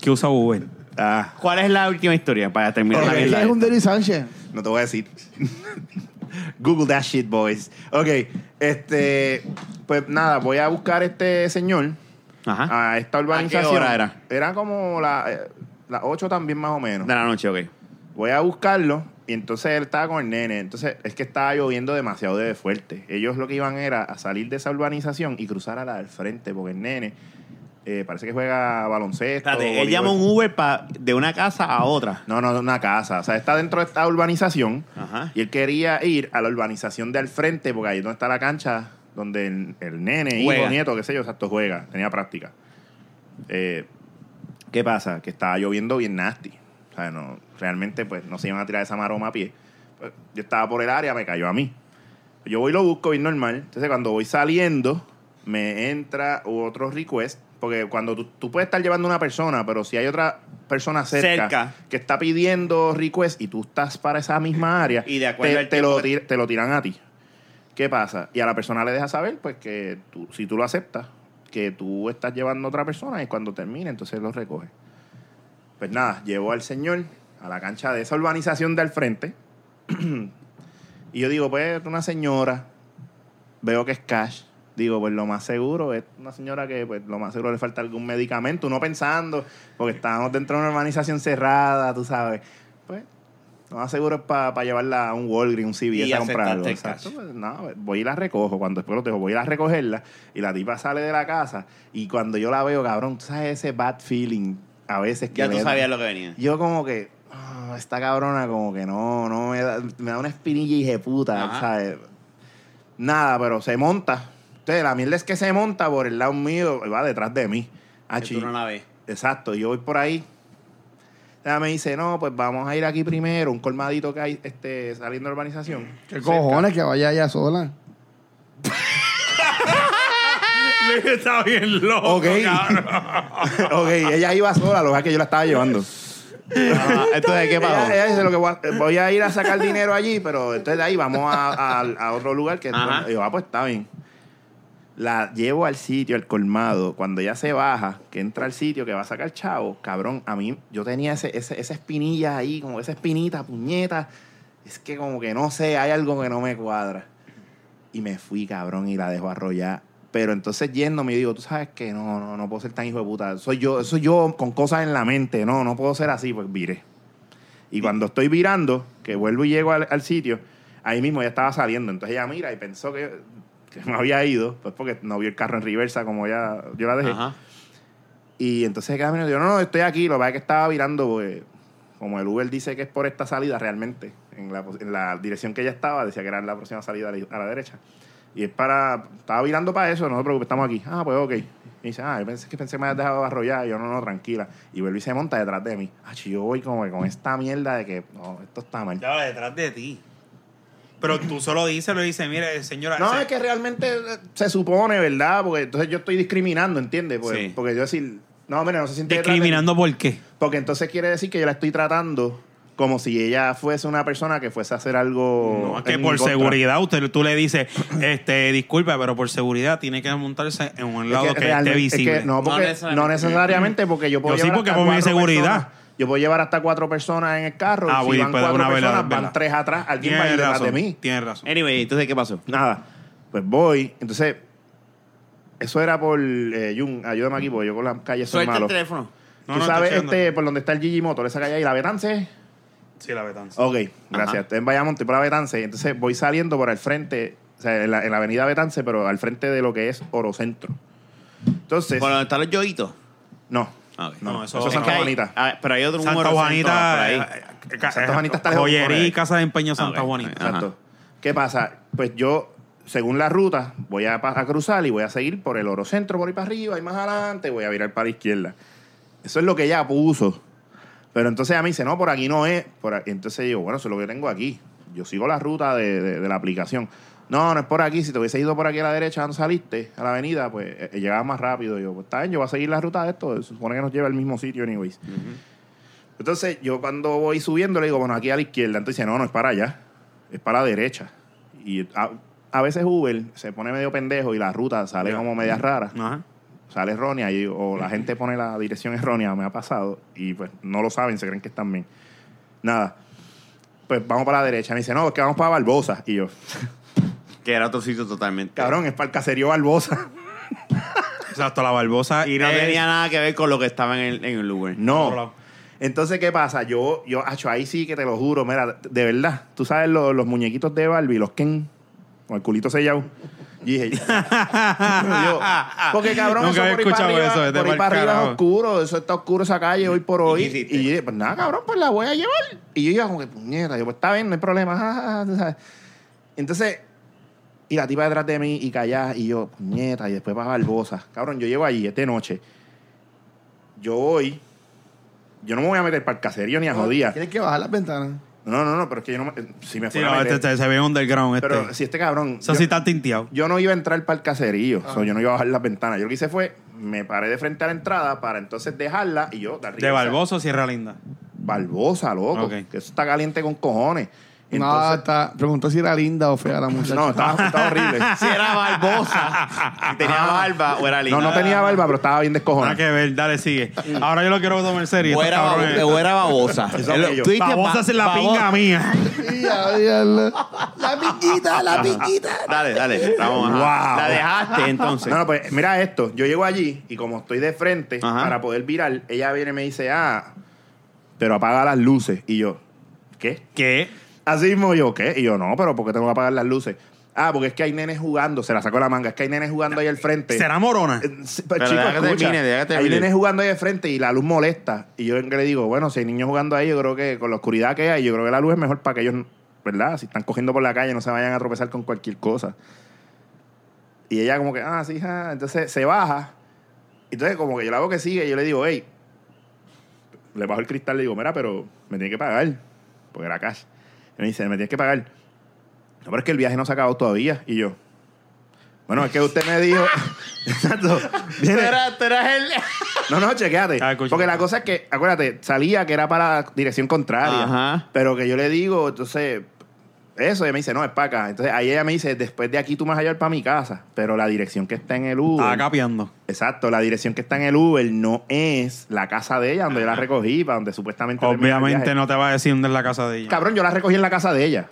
¿Qué usa Uber? Ah, ¿Cuál es la última historia para terminar Ok, la ¿Quién mierda? es un esta? Derry Sánchez? no te voy a decir. (laughs) Google that shit, boys. Ok, este. Pues nada, voy a buscar este señor Ajá. a esta urbanización. ¿A qué hora era? Era como la, eh, las 8 también, más o menos. De la noche, ok. Voy a buscarlo y entonces él estaba con el nene. Entonces es que estaba lloviendo demasiado de fuerte. Ellos lo que iban era a salir de esa urbanización y cruzar a la del frente porque el nene eh, parece que juega baloncesto. Espérate, él voleibol. llama un Uber pa- de una casa a otra. No, no, una casa. O sea, está dentro de esta urbanización Ajá. y él quería ir a la urbanización de al frente porque ahí es donde está la cancha donde el, el nene, Juega. hijo, nieto, qué sé yo, exacto, juega. Tenía práctica. Eh, ¿Qué pasa? Que estaba lloviendo bien nasty. O sea, no, realmente pues no se iban a tirar esa maroma a pie. Pues, yo estaba por el área, me cayó a mí. Yo voy y lo busco bien normal. Entonces cuando voy saliendo, me entra otro request. Porque cuando tú, tú puedes estar llevando una persona, pero si hay otra persona cerca, Cerca. que está pidiendo request y tú estás para esa (laughs) misma área, Y de acuerdo te, al te tiempo lo, que- tir- te lo tiran a ti. ¿Qué pasa? Y a la persona le deja saber, pues, que tú- si tú lo aceptas, que tú estás llevando a otra persona y cuando termine, entonces lo recoge. Pues nada, llevó al señor a la cancha de esa urbanización del frente. y yo digo, pues, una señora, veo que es cash. Digo, pues lo más seguro es una señora que, pues, lo más seguro le falta algún medicamento. Uno pensando, porque estábamos dentro de una urbanización cerrada, tú sabes. Pues, lo más seguro es para llevarla a un Walgreens, un CVS Y a comprar algo. aceptaste el Exacto. Pues, no, pues, voy y la recojo. Cuando después lo dejo, voy a ir a recogerla. Y la tipa sale de la casa. Y cuando yo la veo, cabrón, tú sabes ese bad feeling a veces que Ya me tú da. sabías lo que venía. Yo como que, "Ah, esta cabrona como que no, no, me da, me da una espinilla y puta, Ajá. ¿sabes? Nada, pero se monta. Entonces, la mierda es que se monta por el lado mío, va detrás de mí. Ah, Que tú chi- no la ves. Exacto, yo voy por ahí. Ella me dice, no, pues vamos a ir aquí primero, un colmadito que hay este, saliendo de la urbanización. ¿Qué cojones que vaya allá sola? Luis está bien loco, (laughs) Ok. (laughs) ok, ella iba sola, lo que es que yo la estaba llevando. (laughs) Ajá, Ah, Entonces, ¿qué pasó? Ella, ella dice lo que voy a, voy a ir a sacar dinero allí, pero entonces de ahí vamos a, a- a otro lugar que Ajá. y yo, ah, pues está bien. La llevo al sitio, al colmado. Cuando ella se baja, que entra al sitio, que va a sacar chavo, cabrón, a mí yo tenía ese, ese- esa espinilla ahí, como esa espinita, puñeta. Es que como que no sé, hay algo que no me cuadra. Y me fui, cabrón, y la dejo arrollar. Pero entonces yéndome, digo, tú sabes que no, no, no puedo ser tan hijo de puta. Soy yo, soy yo con cosas en la mente. No, no puedo ser así, pues viré. Y cuando estoy virando, que vuelvo y llego al, al sitio, ahí mismo ella estaba saliendo. Entonces ella mira y pensó que que me había ido, pues porque no vio el carro en reversa como ya yo la dejé. Ajá. Y entonces cada minuto yo, no, no, estoy aquí. Lo que pasa es que estaba virando, porque como el Uber dice que es por esta salida realmente, en la, pos- en la dirección que ella estaba, decía que era en la próxima salida a la, a la derecha. Y es para, estaba virando para eso, no te preocupes, estamos aquí. Ah, pues ok. Y dice, ah, yo pensé que pensé que me habías dejado arrollar. Y yo, no, no, tranquila. Y vuelve y se monta detrás de mí. Ah, yo voy como que con esta mierda de que, no, esto está mal. Estaba detrás de ti. Pero tú solo dices, lo dices, mire, señora. No, se- es que realmente eh, se supone, ¿verdad? Porque entonces yo estoy discriminando, ¿entiendes? Porque, Sí. porque yo decir, no, mira, no se siente detrás de mí. Discriminando por qué. Porque entonces quiere decir que yo la estoy tratando como si ella fuese una persona que fuese a hacer algo. No, es que en mi por contra. seguridad usted, tú le dices, este, disculpa, pero por seguridad tiene que montarse en un Es lado que, esté realmente- visible. es que no, porque- no necesariamente. necesariamente. porque yo puedo Yo sí, llevar porque hasta por mi cuatro seguridad. personas. Yo puedo llevar hasta cuatro personas en el carro. Ah, y voy, si van pues, cuatro una personas, velada, van velada. tres atrás. Alguien va a ir Tienes detrás razón, de mí. tienes razón. Anyway, entonces, ¿qué pasó? Nada. Pues voy. Entonces, eso era por. Eh, Jun, ayúdame aquí, porque yo con las calles soy Suelta malo. el teléfono. No, Tú no, sabes estoy este, por donde está el Gigi Motor, esa calle ahí, la Betance. Sí, la betanza. Ok, gracias. Entonces, En Bayamón, estoy por la Betance. Entonces voy saliendo por el frente, o sea, en la, en la avenida Betance, pero al frente de lo que es Orocentro. Entonces, Por donde están los yoitos. no. A ver. ah, No, No, eso, eso- es es Santa que hay- Juanita. ah, pero hay otro Santa número Juanita. central por eh, ahí. eh, ca- Santa eh, Juanita está lejos. Joyería y casa de empeño Ah, Santa ok. Juanita. Ajá. Exacto. ¿Qué pasa? Pues yo, según la ruta, voy a, pa- a cruzar y voy a seguir por el Orocentro, por ahí para arriba, y más adelante voy a virar para la izquierda. Eso es lo que ella puso. Pero entonces a mí dice, no, por aquí no es. Por aquí. Entonces yo, bueno, eso es lo que tengo aquí. Yo sigo la ruta de, de- de la aplicación. No, no es por aquí. Si te hubiese ido por aquí a la derecha, no saliste a la avenida, pues eh, eh, llegaba más rápido. Yo, pues está bien, yo voy a seguir la ruta de esto. Se supone que nos lleva al mismo sitio, anyways. Entonces, yo cuando voy subiendo le digo, bueno, aquí a la izquierda. Entonces dice, no, no, es para allá. Es para la derecha. Y a, a veces Uber se pone medio pendejo y la ruta sale Ya. como media rara. Ajá. Sale errónea y, o la gente pone la dirección errónea, me ha pasado. Y pues no lo saben, se creen que están bien. Nada. Pues vamos para la derecha. Me dice, no, es que vamos para Barbosa. Y yo, Que era otro sitio totalmente. cabrón, es para el caserío Barbosa. Exacto, la barbosa. Y no es- tenía nada que ver con lo que estaba en el, en el Uber. Otro No. lado. Entonces, ¿qué pasa? Yo, yo, acho, ahí sí que te lo juro, mira, de verdad, tú sabes lo- los muñequitos de Barbie, los Ken, con el culito sellado. Y dije, (laughs) yo, porque cabrón, Nunca eso había por ahí para escuchado arriba, eso, es de por ahí mal para arriba es carajo. oscuro, eso está oscuro esa calle hoy por hoy. ¿Y qué hiciste? Y yo dije, pues nada, cabrón, pues la voy a llevar. Y yo iba como que, puñeta, yo, pues está bien, no hay problema. (laughs) ja, ja, ja, tú sabes. Entonces, y la tipa detrás de mí y callada, y yo, puñeta, y después para Barbosa. Cabrón, yo llego allí esta noche. Yo voy. Yo no me voy a meter para el caserío ni a jodía. Tienes que bajar las ventanas. No, no, no, pero es que yo no me. eh, Si me Sí, fuera no, a meter. este, este se ve underground este. pero si este cabrón. Eso yo- sí está tinteado. yo no iba a entrar para el caserío, Ah. o sea, yo no iba a bajar las ventanas. Yo lo que hice fue, me paré de frente a la entrada para entonces dejarla y yo dar De Barbosa o Sierra Linda. Barbosa, loco. Ok. Que eso está caliente con cojones. no, Entonces, está. Preguntó si era linda o fea la muchacha. (laughs) no, estaba, estaba (laughs) horrible. Si era barbosa, si Ah, tenía barba o era linda. ah. No, no tenía barba, pero estaba bien Nada descojonada. que ver, dale, sigue. Ahora yo lo quiero tomar en serio. O estos era, cabrones. babo- o era babosa. (laughs) Eso El- que yo- tú dijiste Babosa ba- es la babo- pinga (laughs) mía. Y ya, ya, la, la piquita, la piquita. Ah, Dale, dale. Vamos, ajá. Wow. La dejaste entonces. No, no, pues mira esto. Yo llego allí y como estoy de frente Ajá. para poder virar, ella viene y me dice, ah, pero apaga las luces. Y yo, ¿qué? ¿Qué? Así mismo yo, ¿qué? Y yo, no, pero ¿por qué tengo que apagar las luces? Ah, porque es que hay nenes jugando. Se la sacó la manga. Es que hay nenes jugando ahí al frente. ¿Será morona? Eh, sí, Pero Pero chico, deja que escucha, termine, deja que hay termine. nenes jugando ahí de frente y la luz molesta. Y yo le digo, bueno, si hay niños jugando ahí, yo creo que con la oscuridad que hay, yo creo que la luz es mejor para que ellos, ¿verdad? Si están cogiendo por la calle, no se vayan a tropezar con cualquier cosa. Y ella como que, ah, sí, ja. entonces se baja. Entonces como que yo la hago que sigue y yo le digo, hey, le bajo el cristal le digo, mira, pero me tiene que pagar, porque era cash. Y me dice, me tienes que pagar. No, pero es que el viaje no se ha acabado todavía. Y yo, bueno, es que usted me dijo... (laughs) Exacto. Tú Viene- eras, tú eras el... no, no, chequeate. Ah, escucha. Porque la cosa es que, acuérdate, salía que era para dirección contraria. Ajá. Pero que yo le digo, entonces, eso, ella me dice, no, es para acá. Entonces ahí ella me dice, después de aquí tú me vas a llevar para mi casa. Pero la dirección que está en el Uber. Estaba capeando. Exacto, la dirección que está en el Uber no es la casa de ella donde yo la recogí, para donde supuestamente. termina el Ah. Obviamente viaje. no te va a decir dónde es la casa de ella. Cabrón, yo la recogí en la casa de ella.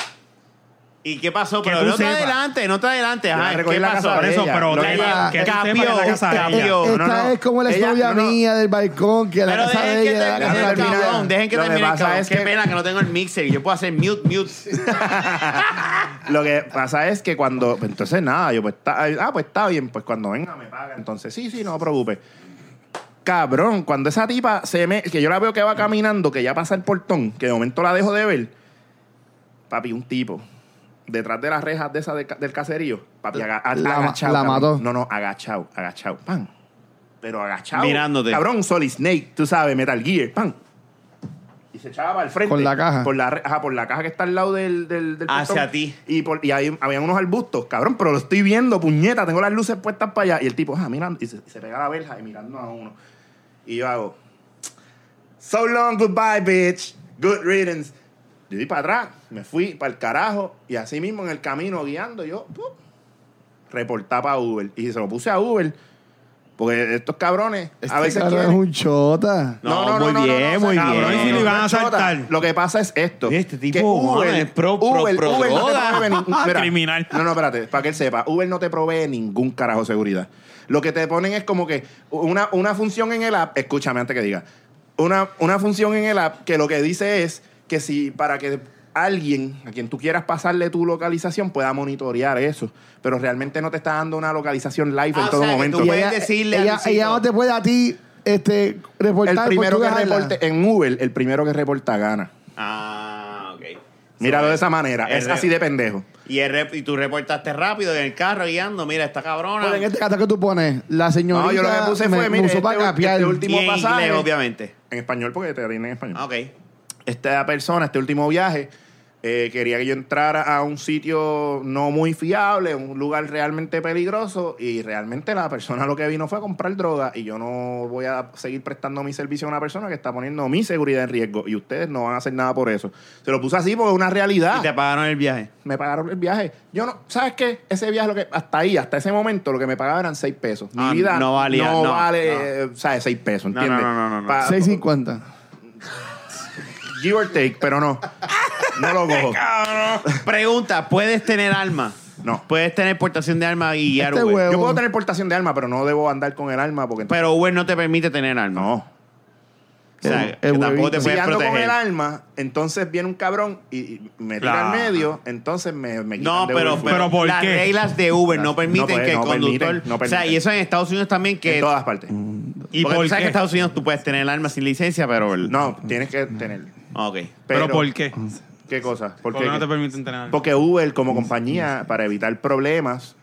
¿Y qué pasó? Que Pero tú no te sepas. adelante, no te adelante. Yo la Ajá, recogí ¿qué en la pasó? casa Por de eso, ella. pero Lo te- que pasa- que tú sepas Capió, en la casa de ella. capió. Esta No, no, no. es como la Ella- exnovia no, no. mía del balcón, que la Pero casa dejen de que ella. la dejen casa termine el de ella. cabrón. Dejen que Lo que termine el pasa cabrón. es Qué que- pena que no tengo el mixer. Yo puedo hacer mute, mute. (laughs) Lo que pasa es que cuando. pues, Entonces, nada, yo pues está. Ah, pues está bien, pues cuando venga me paga. Entonces, sí, sí, no te preocupes. Cabrón, cuando esa tipa se me. Que yo la veo que va caminando, que ya pasa el portón, que de momento la dejo de ver. Papi, un tipo. Detrás de las rejas de esa de ca- del caserío. Papi, aga- a- La ma- agachado. la cabrón. mató. No, no, agachado, agachado. Pan. Pero agachado. Mirándote. Cabrón, Solid Snake, tú sabes, Metal Gear. Pan. Y se echaba al frente. Con la caja. Por la, re- ajá, por la caja que está al lado del. del, del Hacia portón. ti. Y, por, y ahí habían unos arbustos, cabrón, pero lo estoy viendo, puñeta, tengo las luces puestas para allá. Y el tipo, ah, mirando. Y se, se pega a la verja y mirando a uno. Y yo hago, so long, goodbye, bitch. Good riddance. Yo di para atrás, me fui para el carajo. Y así mismo en el camino guiando, yo, ¡pup! reportaba para Uber. Y se lo puse a Uber. Porque estos cabrones a veces Claro, Este es quieren- un chota. No, muy bien, muy cabrón, bien. y si No, lo iban no, a asaltar. chota. Lo que pasa es esto. Este tipo, que mano, Uber, es pro- pro- Uber- pro Uber no te droga. (laughs) provee ningún- mira, Criminal. No, no, espérate, para que él sepa, Uber no te provee ningún carajo de seguridad. Lo que te ponen es como que una, una función en el app, escúchame antes que diga, una, una función en el app que lo que dice es que si para que alguien a quien tú quieras pasarle tu localización pueda monitorear eso, pero realmente no te está dando una localización live Ah, en o todo sea, que momento. tú Y puedes ella, decirle a ella, Luisito. ella no te puede a ti este, reportar. El por primero tú que dejarla. reporte en Uber, el primero que reporta gana. Ah, ok. Míralo So, de esa manera, el es re- así de pendejo. Y, el rep- y tú reportaste rápido en el carro guiando, mira, esta cabrona. Pero en este caso que tú pones, la señorita No, yo lo que puse me- fue, me mire, usó este para ul- capear. este último- y en pasaje. inglés, obviamente. En español, porque te oriné en español. Ah, Ok. Esta persona, este último viaje, eh, quería que yo entrara a un sitio no muy fiable, un lugar realmente peligroso, y realmente la persona lo que vino fue a comprar droga, y yo no voy a seguir prestando mi servicio a una persona que está poniendo mi seguridad en riesgo, y ustedes no van a hacer nada por eso. Se lo puse así porque es una realidad. Y te pagaron el viaje. me pagaron el viaje. Yo no, ¿sabes qué? Ese viaje lo que hasta ahí, hasta ese momento lo que me pagaban eran 6 pesos. Mi Ah, vida no valía, no, vale, no. eh, ¿sabes? 6 pesos, No, ¿entiendes? no, no, no, no. Pa- 6.50. give or take, pero no. No lo (laughs) cojo. Pregunta, ¿puedes tener alma? No. ¿Puedes tener portación de alma y guiar Este Uber? huevo. Yo puedo tener portación de alma, pero no debo andar con el alma porque Pero Uber Pues, no te permite tener alma. no. O sea, El- que el tampoco te huevito. Si puedes ando con el proteger. alma, entonces viene un cabrón y y me tira Claro. al medio, entonces me, me quitan No, de pero, Uber Food. pero ¿Pero por las qué? reglas de Uber no No permiten puede, que el no conductor. permiten, no o sea, permiten. y eso en Estados Unidos también que. en todas partes. ¿Y porque por tú sabes qué? que en Estados Unidos tú puedes tener el alma sin licencia, pero. el- No, tienes que tener. Ok. Mm. ¿Pero, Pero, por qué? ¿Qué cosa? ¿Por Porque qué? no te Mm. permiten tener alma? Porque Uber, como compañía, para evitar problemas,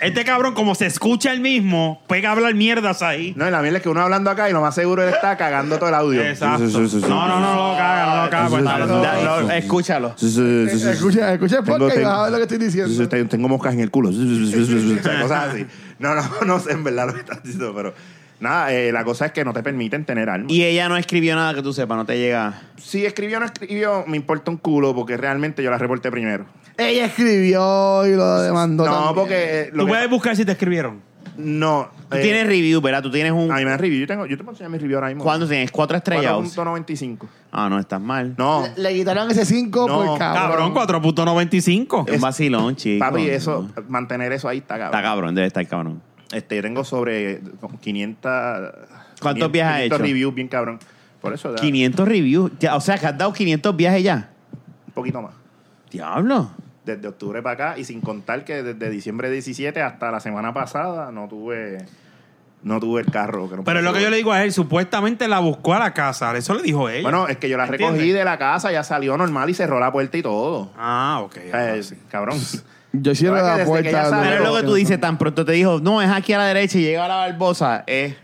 Este cabrón, como se escucha el mismo, pega a hablar mierdas ahí. No, y la mierda es que uno hablando acá y lo más seguro él (laughs) está cagando todo el audio. Exacto. Sí, sí, sí, sí. No, no, no, no lo caga, no lo caga. pues, está Da- hablando- da- lo- escúchalo. Sí, sí, sí, sí, sí. Escucha, escucha el podcast y vas a ver lo que estoy Sí, sí, diciendo. te- Tengo moscas en el culo. Sí, sí, sí, sí, sí, (laughs) O sí. sea, cosas así. No, no, no sé en verdad lo que estás diciendo, pero nada, eh, la cosa es que no te permiten tener alma. Y ella no escribió nada que tú sepas, no te llega. si escribió o no escribió, me importa un culo porque realmente yo la reporté primero. Ella escribió y lo demandó. No, también. porque eh, lo Tú que- puedes buscar si te escribieron. no. Tú eh, tienes review, ¿verdad? Tú tienes un. a mí me han review, yo tengo, yo te puedo enseñar mi review ahora mismo. ¿Cuándo tienes? ¿Cuatro estrellas? 4.95. Ah, no, estás mal. No. Le, le quitaron ese 5 No, por Cabrón, cabrón. 4.95. Es un vacilón, chico. Papi, eso, mantener eso ahí está cabrón. Está cabrón, debe estar cabrón. Este, yo tengo sobre 500. ¿Cuántos viajes has 500 hecho? reviews bien cabrón. Por eso da 500 reviews. Ya, o sea, que has dado 500 viajes ya. un poquito más. Diablo. desde octubre para acá y sin contar que desde diciembre 17 hasta la semana pasada no tuve no tuve el carro. que no Pero es lo que yo le digo a él, supuestamente la buscó a la casa. Eso le dijo ella. Bueno, es que yo la ¿Entiendes? recogí de la casa, ya salió normal y cerró la puerta y todo. Ah, ok. O sea, es- cabrón. (laughs) Yo cierro Ahora que la desde que puerta. ella no- sale- Pero es lo que tú dices, tan pronto te dijo, no, es aquí a la derecha y llega a la Barbosa, es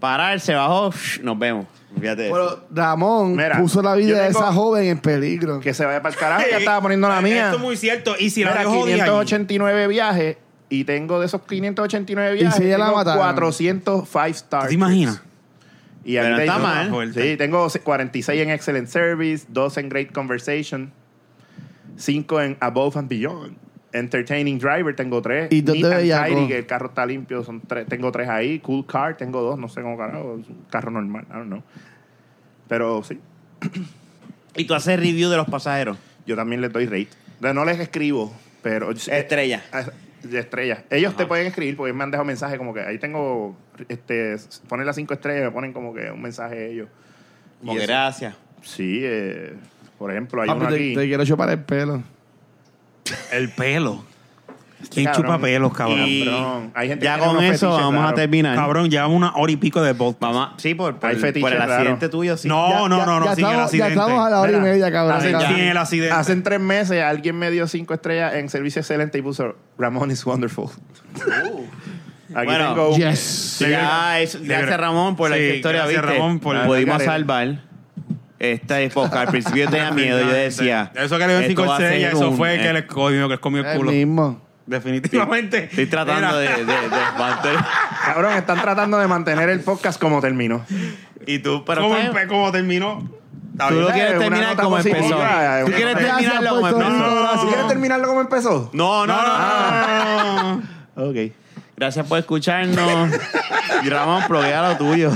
parar, se bajó, shh, nos vemos. Fíjate. de eso. Pero Ramón Mira, puso la vida yo de tengo- esa joven en peligro. Que se vaya para el carajo, (laughs) ya estaba poniendo la mía. Eh, Esto es muy cierto. Y si la Mira, dejó de ahí- 589 viajes y tengo de esos 589 si viajes, ella la tengo mataron? 400 5 stars. ¿Tú te imaginas? Y ahí Pero te está digo- mal. Sí, tengo 46 en Excellent Service, 2 en Great Conversation, 5 en Above and Beyond. Entertaining Driver tengo 3. Y tú te veías con- que el carro está limpio, son tres, tengo 3 ahí. Cool Car tengo 2, no sé cómo carajo, es un carro normal, I don't know. Pero sí, Y tú haces review de los pasajeros. yo también les doy rate. O sea, No les escribo, pero... Estrella. Ah. De estrellas. Ellos te pueden escribir porque me han dejado mensajes como que ahí tengo, este, ponen las 5 estrellas y me ponen como que un mensaje ellos. Como Y eso- gracias. Sí, eh, Por ejemplo, hay Ah, uno pues te, aquí. te quiero chupar el pelo. El pelo. ¿Quién Cabrón. chupa pelos, cabrón? Y Cabrón, hay gente que ya tiene con unos eso fetiches vamos a raros. terminar. Cabrón, llevamos una hora y pico de podcast. Vamos a- sí, por, por, Hay el- fetiches por el raros. accidente tuyo, sí. No, no, Ya- no, no, ya sin el estamos, ya accidente. estamos a la hora y Mira, media, cabrón. hace- Ya- Sin el accidente. Hace tres meses alguien me dio cinco estrellas en servicio excelente y puso Ramón is wonderful. (laughs) Aquí Bueno, tengo un- Yes. Ya, eso- de gracias verdad. Ramón por Sí, la historia, gracias, ¿viste? Ramón, por- Pudimos Gracias. salvar esta época. Al principio yo tenía miedo, yo decía... Eso que le dio esto cinco va a ser estrellas, eso un- fue que eh, les comió, que les comió el El culo. mismo. Definitivamente. Estoy tratando de, Mira, de, (laughs) de mantener- Cabrón, están tratando de mantener el podcast como terminó. Y tú, pero... ¿Cómo, ¿sabes? empe- cómo terminó? Está Tú bien. lo Eh, quieres una terminar nota como positiva, empezó. eh, Tú una quieres nota- terminarlo como por todo empezó. eso, No, ¿Sí no, gracias. quieres terminarlo como empezó? No, no, no. no, no. Ok. Gracias por (laughs) escucharnos. Y Ramón, provea lo tuyo.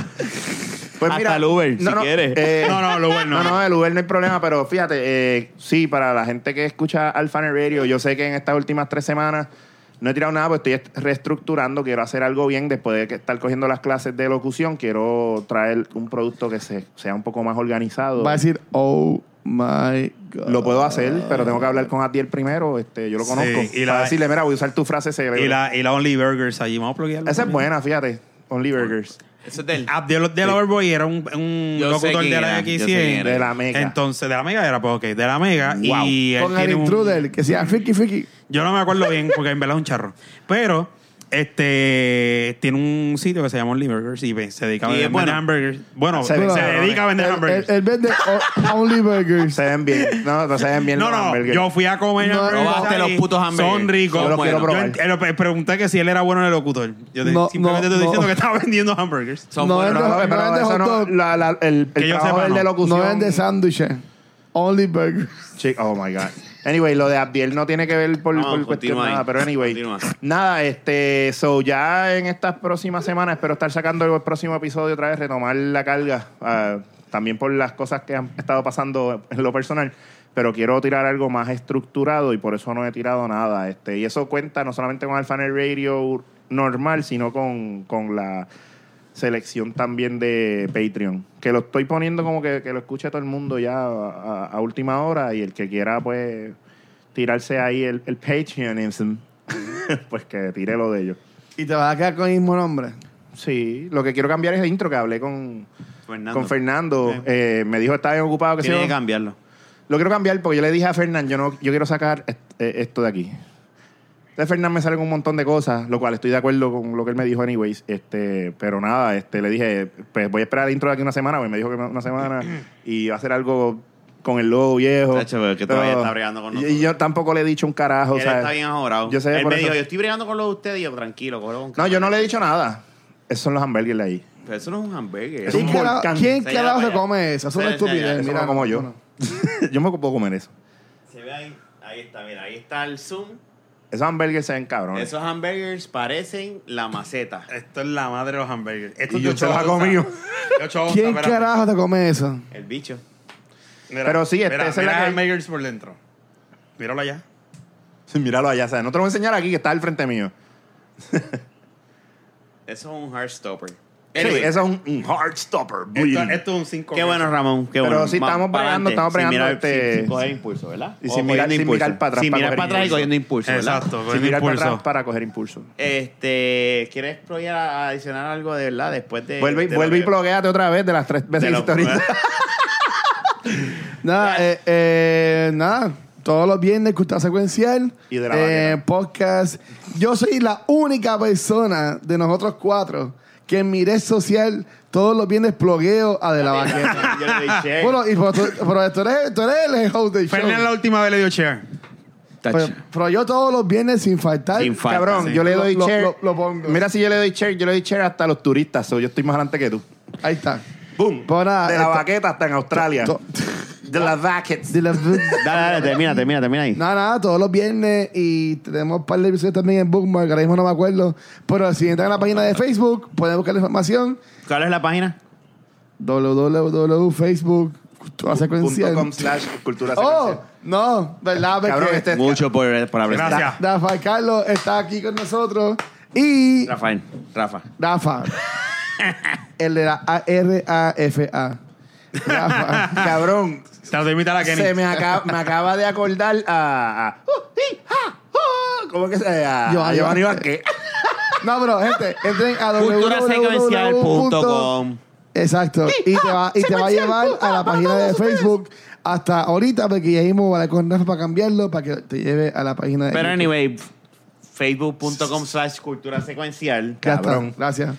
Pues Hasta el Uber, si quieres. eh, No, no, lo No, bueno. no, el Uber no hay problema, pero fíjate, eh, sí, para la gente que escucha Alfaner Radio, yo sé que en estas últimas tres semanas no he tirado nada, pues estoy est- reestructurando, quiero hacer algo bien después de que estar cogiendo las clases de locución, quiero traer un producto que se- sea un poco más organizado. Va a decir, oh my God. Lo puedo hacer, pero tengo que hablar con Adiel primero, este, yo lo Sí, conozco, y la- para decirle, mira, voy a usar tu frase célebre. Y la, y la Only Burgers allí. Vamos a pluguearlo. Esa es también. buena, fíjate, Only Burgers. Eso es del... Abdiel de la Boy era un, Ah, un Yo sé locutor quién de la era, yo sé quién X100. era. De la Mega. Entonces, de la Mega era, pues ok, de la Mega. Wow. Y él Con el tiene un- intruder, que sea friki friki. Yo no me acuerdo bien porque en verdad es un charro. Pero este tiene un sitio que se llama Only Burgers y ve- se dedica a Y vender es bueno. hamburgers. Bueno, Se se, ve- dedica a El, vender el, hamburgers. el vende (laughs) o- Only Burgers. Se ven bien. No, no se ven bien no, los no, hamburgues. yo fui a comer No, hamburgers probaste ahí. los putos hamburgers. Son ricos. Yo los quiero Yo probar. ent- eh, le pregunté que si él era bueno en el locutor. Yo te- No, simplemente no, te estoy no. diciendo que estaba (laughs) vendiendo hamburgers. Son No, buenos. No, no, pero Ah, No vende eso hot no, dog. la- la- el, el Que yo trabajo sepa, del de no. locución... No vende sándwiches. Only Burgers. Chi- oh my God. Anyway, lo de Abdiel no tiene que ver por, No, por continúa cuestión ahí. nada, pero anyway. Continúa. Nada, este, so ya en estas próximas semanas espero estar sacando el próximo episodio otra vez, retomar la carga, ah, también por las cosas que han estado pasando en lo personal, pero quiero tirar algo más estructurado y por eso no he tirado nada. Este, y eso cuenta no solamente con Alphanet Radio normal, sino con, con la selección también de Patreon. Que lo estoy poniendo como que, que lo escuche todo el mundo ya a, a- a última hora y el que quiera, pues, tirarse ahí el, el Patreonism, (laughs) pues que tire lo de ellos. Y te vas a quedar con el mismo nombre. Sí, lo que quiero cambiar es el intro que hablé con Fernando. con Fernando. Eh, me dijo, estaba bien ocupado, que Tiene Pues, que se cambiarlo. Lo quiero cambiar porque yo le dije a Fernán, yo, no, yo quiero sacar est- eh, esto de aquí. Entonces Fernán me sale con un montón de cosas, lo cual estoy de acuerdo con lo que él me dijo anyways. Este, pero nada, este, le dije, pues voy a esperar el intro de aquí una semana, pues me dijo que una semana (clears throat) y va a hacer algo con el logo viejo. Tacho, pero que todavía está bregando con y- nosotros. Y yo tampoco le he dicho un carajo, o Él sea, está bien ahorrado. yo sé, Él por me eso- dijo, yo estoy bregando con lo de ustedes. Y yo, tranquilo, cógelo con No, calma. yo no le he dicho nada. Esos son los hamburgues de ahí. Pero eso no es un hamburger. Es eso ¿Quién un es- carajo volcán. quién Señala carajo para se allá. come eso? Eso es una Señala, señala, estupidez. Eso Eh, Mira, no como yo. no. (laughs) yo me puedo comer eso. Se ve ahí. Ahí está, mira. Ahí está el zoom. Esos hamburgues se ven cabrones. Esos hamburgers parecen la maceta. Esto es la madre de los hamburgers. Esto Y es yo de se ocho los ha onzas. comido. De ocho onzas, ¿Quién espérate. carajo te come eso? El bicho. Mira, Pero sí, este, mira, esa es mira la que- el Meggers por dentro. Míralo allá. Sí, míralo allá, ¿sabes? No te lo voy a enseñar aquí, que está al frente mío. Eso es un heartstopper. Sí, Anyway, eso es un, un hard stopper. Esto, bleeding. esto es un 5. Qué bueno, Ramón. Qué Pero bueno. sí, estamos Va- pa'lante, bregando, estamos sin bregando mirar- este- sin- sin coger impulso, ¿verdad? Y O sin mirar- cogiendo sin mirar impulso. para atrás Sin para mirar coger para atrás y impulso. cogiendo impulso. ¿verdad? Exacto. Sin mirar para impulso. atrás para coger impulso. Este, ¿quieres proyectar a- adicionar algo de verdad después de Vuelve, y- de lo vuelve y que- bloqueate otra vez de las tres de veces que lo- hiciste ahorita. (laughs) Nada, eh, eh, nada. Todos los viernes, cultura secuencial, Y de la eh, vaquera. podcast. Yo soy la única persona de nosotros cuatro que en mi red social todos los viernes blogueo a De La Vaquera. (laughs) Yo le dije, bueno, y pero, tú, pero tú eres, tú eres el host del show. Fernan la última vez le dio share. Pero, pero yo todos los viernes sin faltar. Sin falta, Cabrón, sí. yo le doy Lo- lo- share. lo- lo pongo. Mira si yo le doy share, yo le doy share hasta a los turistas. so yo estoy más adelante que tú. Ahí está. Boom. Pues nada, de la esto- baqueta hasta en Australia. To- De las baquets. De la- Dale, dale, termina, termina, termina ahí. (laughs) Nada, nada, todos los viernes y tenemos un par de episodios también en Bookmark, ahora mismo no me acuerdo. Pero si entran a la página de Facebook, pueden buscar la información. ¿Cuál es la página? www.facebook. .com slash cultura Oh, secuencial. no, ¿verdad? Cabrón, Porque este- Mucho por, por hablar. Gracias. Rafa Carlos está aquí con nosotros y Rafael, Rafa. Rafa, el de la A-R-A-F-A. Rafa. Cabrón, Trato de imitar a Kenny. Se me acaba, me acaba de acordar a. a- uh, hi, ha, ho. ¿Cómo que se a- a Giovanni Ah, Giovanni Vázquez. Vázquez. No, pero gente, entren a Culturasecuencial.com. Exacto. Y te va, y te va a llevar a la página de Facebook hasta ahorita, porque ya mismo voy a hablar con Rafa para cambiarlo, para que te lleve a la página de Pero YouTube. anyway, facebook.com slash cultura secuencial, Ya está. Cabrón. Gracias.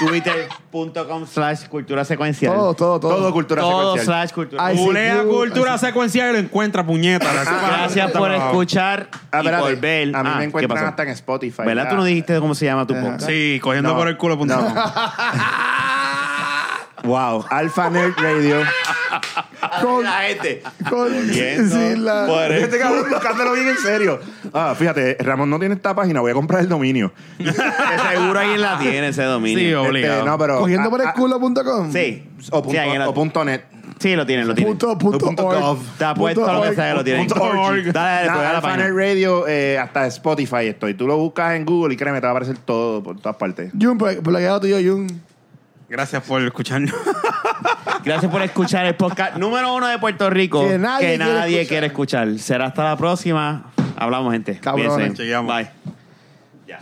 twitter.com slash cultura secuencial. Todo, todo, todo. Todo cultura Todo secuencial. slash cultura Ay, sí. Googlea ICQ, cultura así. secuencial y lo encuentra, puñeta. Gracias por escuchar y Ah, espérate, por ver. A mí Ah, me ¿qué encuentran pasó? hasta en Spotify. ¿Verdad? ya. Tú no dijiste cómo se llama tu Ajá. podcast. Sí, cogiendo ah. No. por el culo. punto com. Wow. Alpha Nerd Radio. (laughs) Con- La gente. con- (laughs) sí, la- Este cabrón buscándolo bien en serio. Ah, fíjate, Ramón no tiene esta página, voy a comprar (laughs) el dominio. Seguro alguien la tiene ese Sí, dominio. obligado. Este, no, pero. cogiendo ah, por el ah, culo.com. Sí. O Sí, alguien punto, la- o punto net. sí, lo tienen, lo tienen. Punto, punto, Punto org. gov. Te apuesto punto lo que org, sea que lo tienen. punto org. Dale, dale, Nada, pues, a la Alpha página. Nerd Radio eh, hasta Spotify estoy. Tú lo buscas en Google y créeme, te va a aparecer todo por todas partes. Jun, por por la que tuyo, Jun. Gracias por escucharnos. (laughs) Gracias por escuchar el podcast número uno de Puerto Rico. Que Que nadie nadie, quiere quiere, escuchar. Será hasta la próxima. Hablamos, gente. Cabrones. Cuídense. Llegamos. Bye. Ya.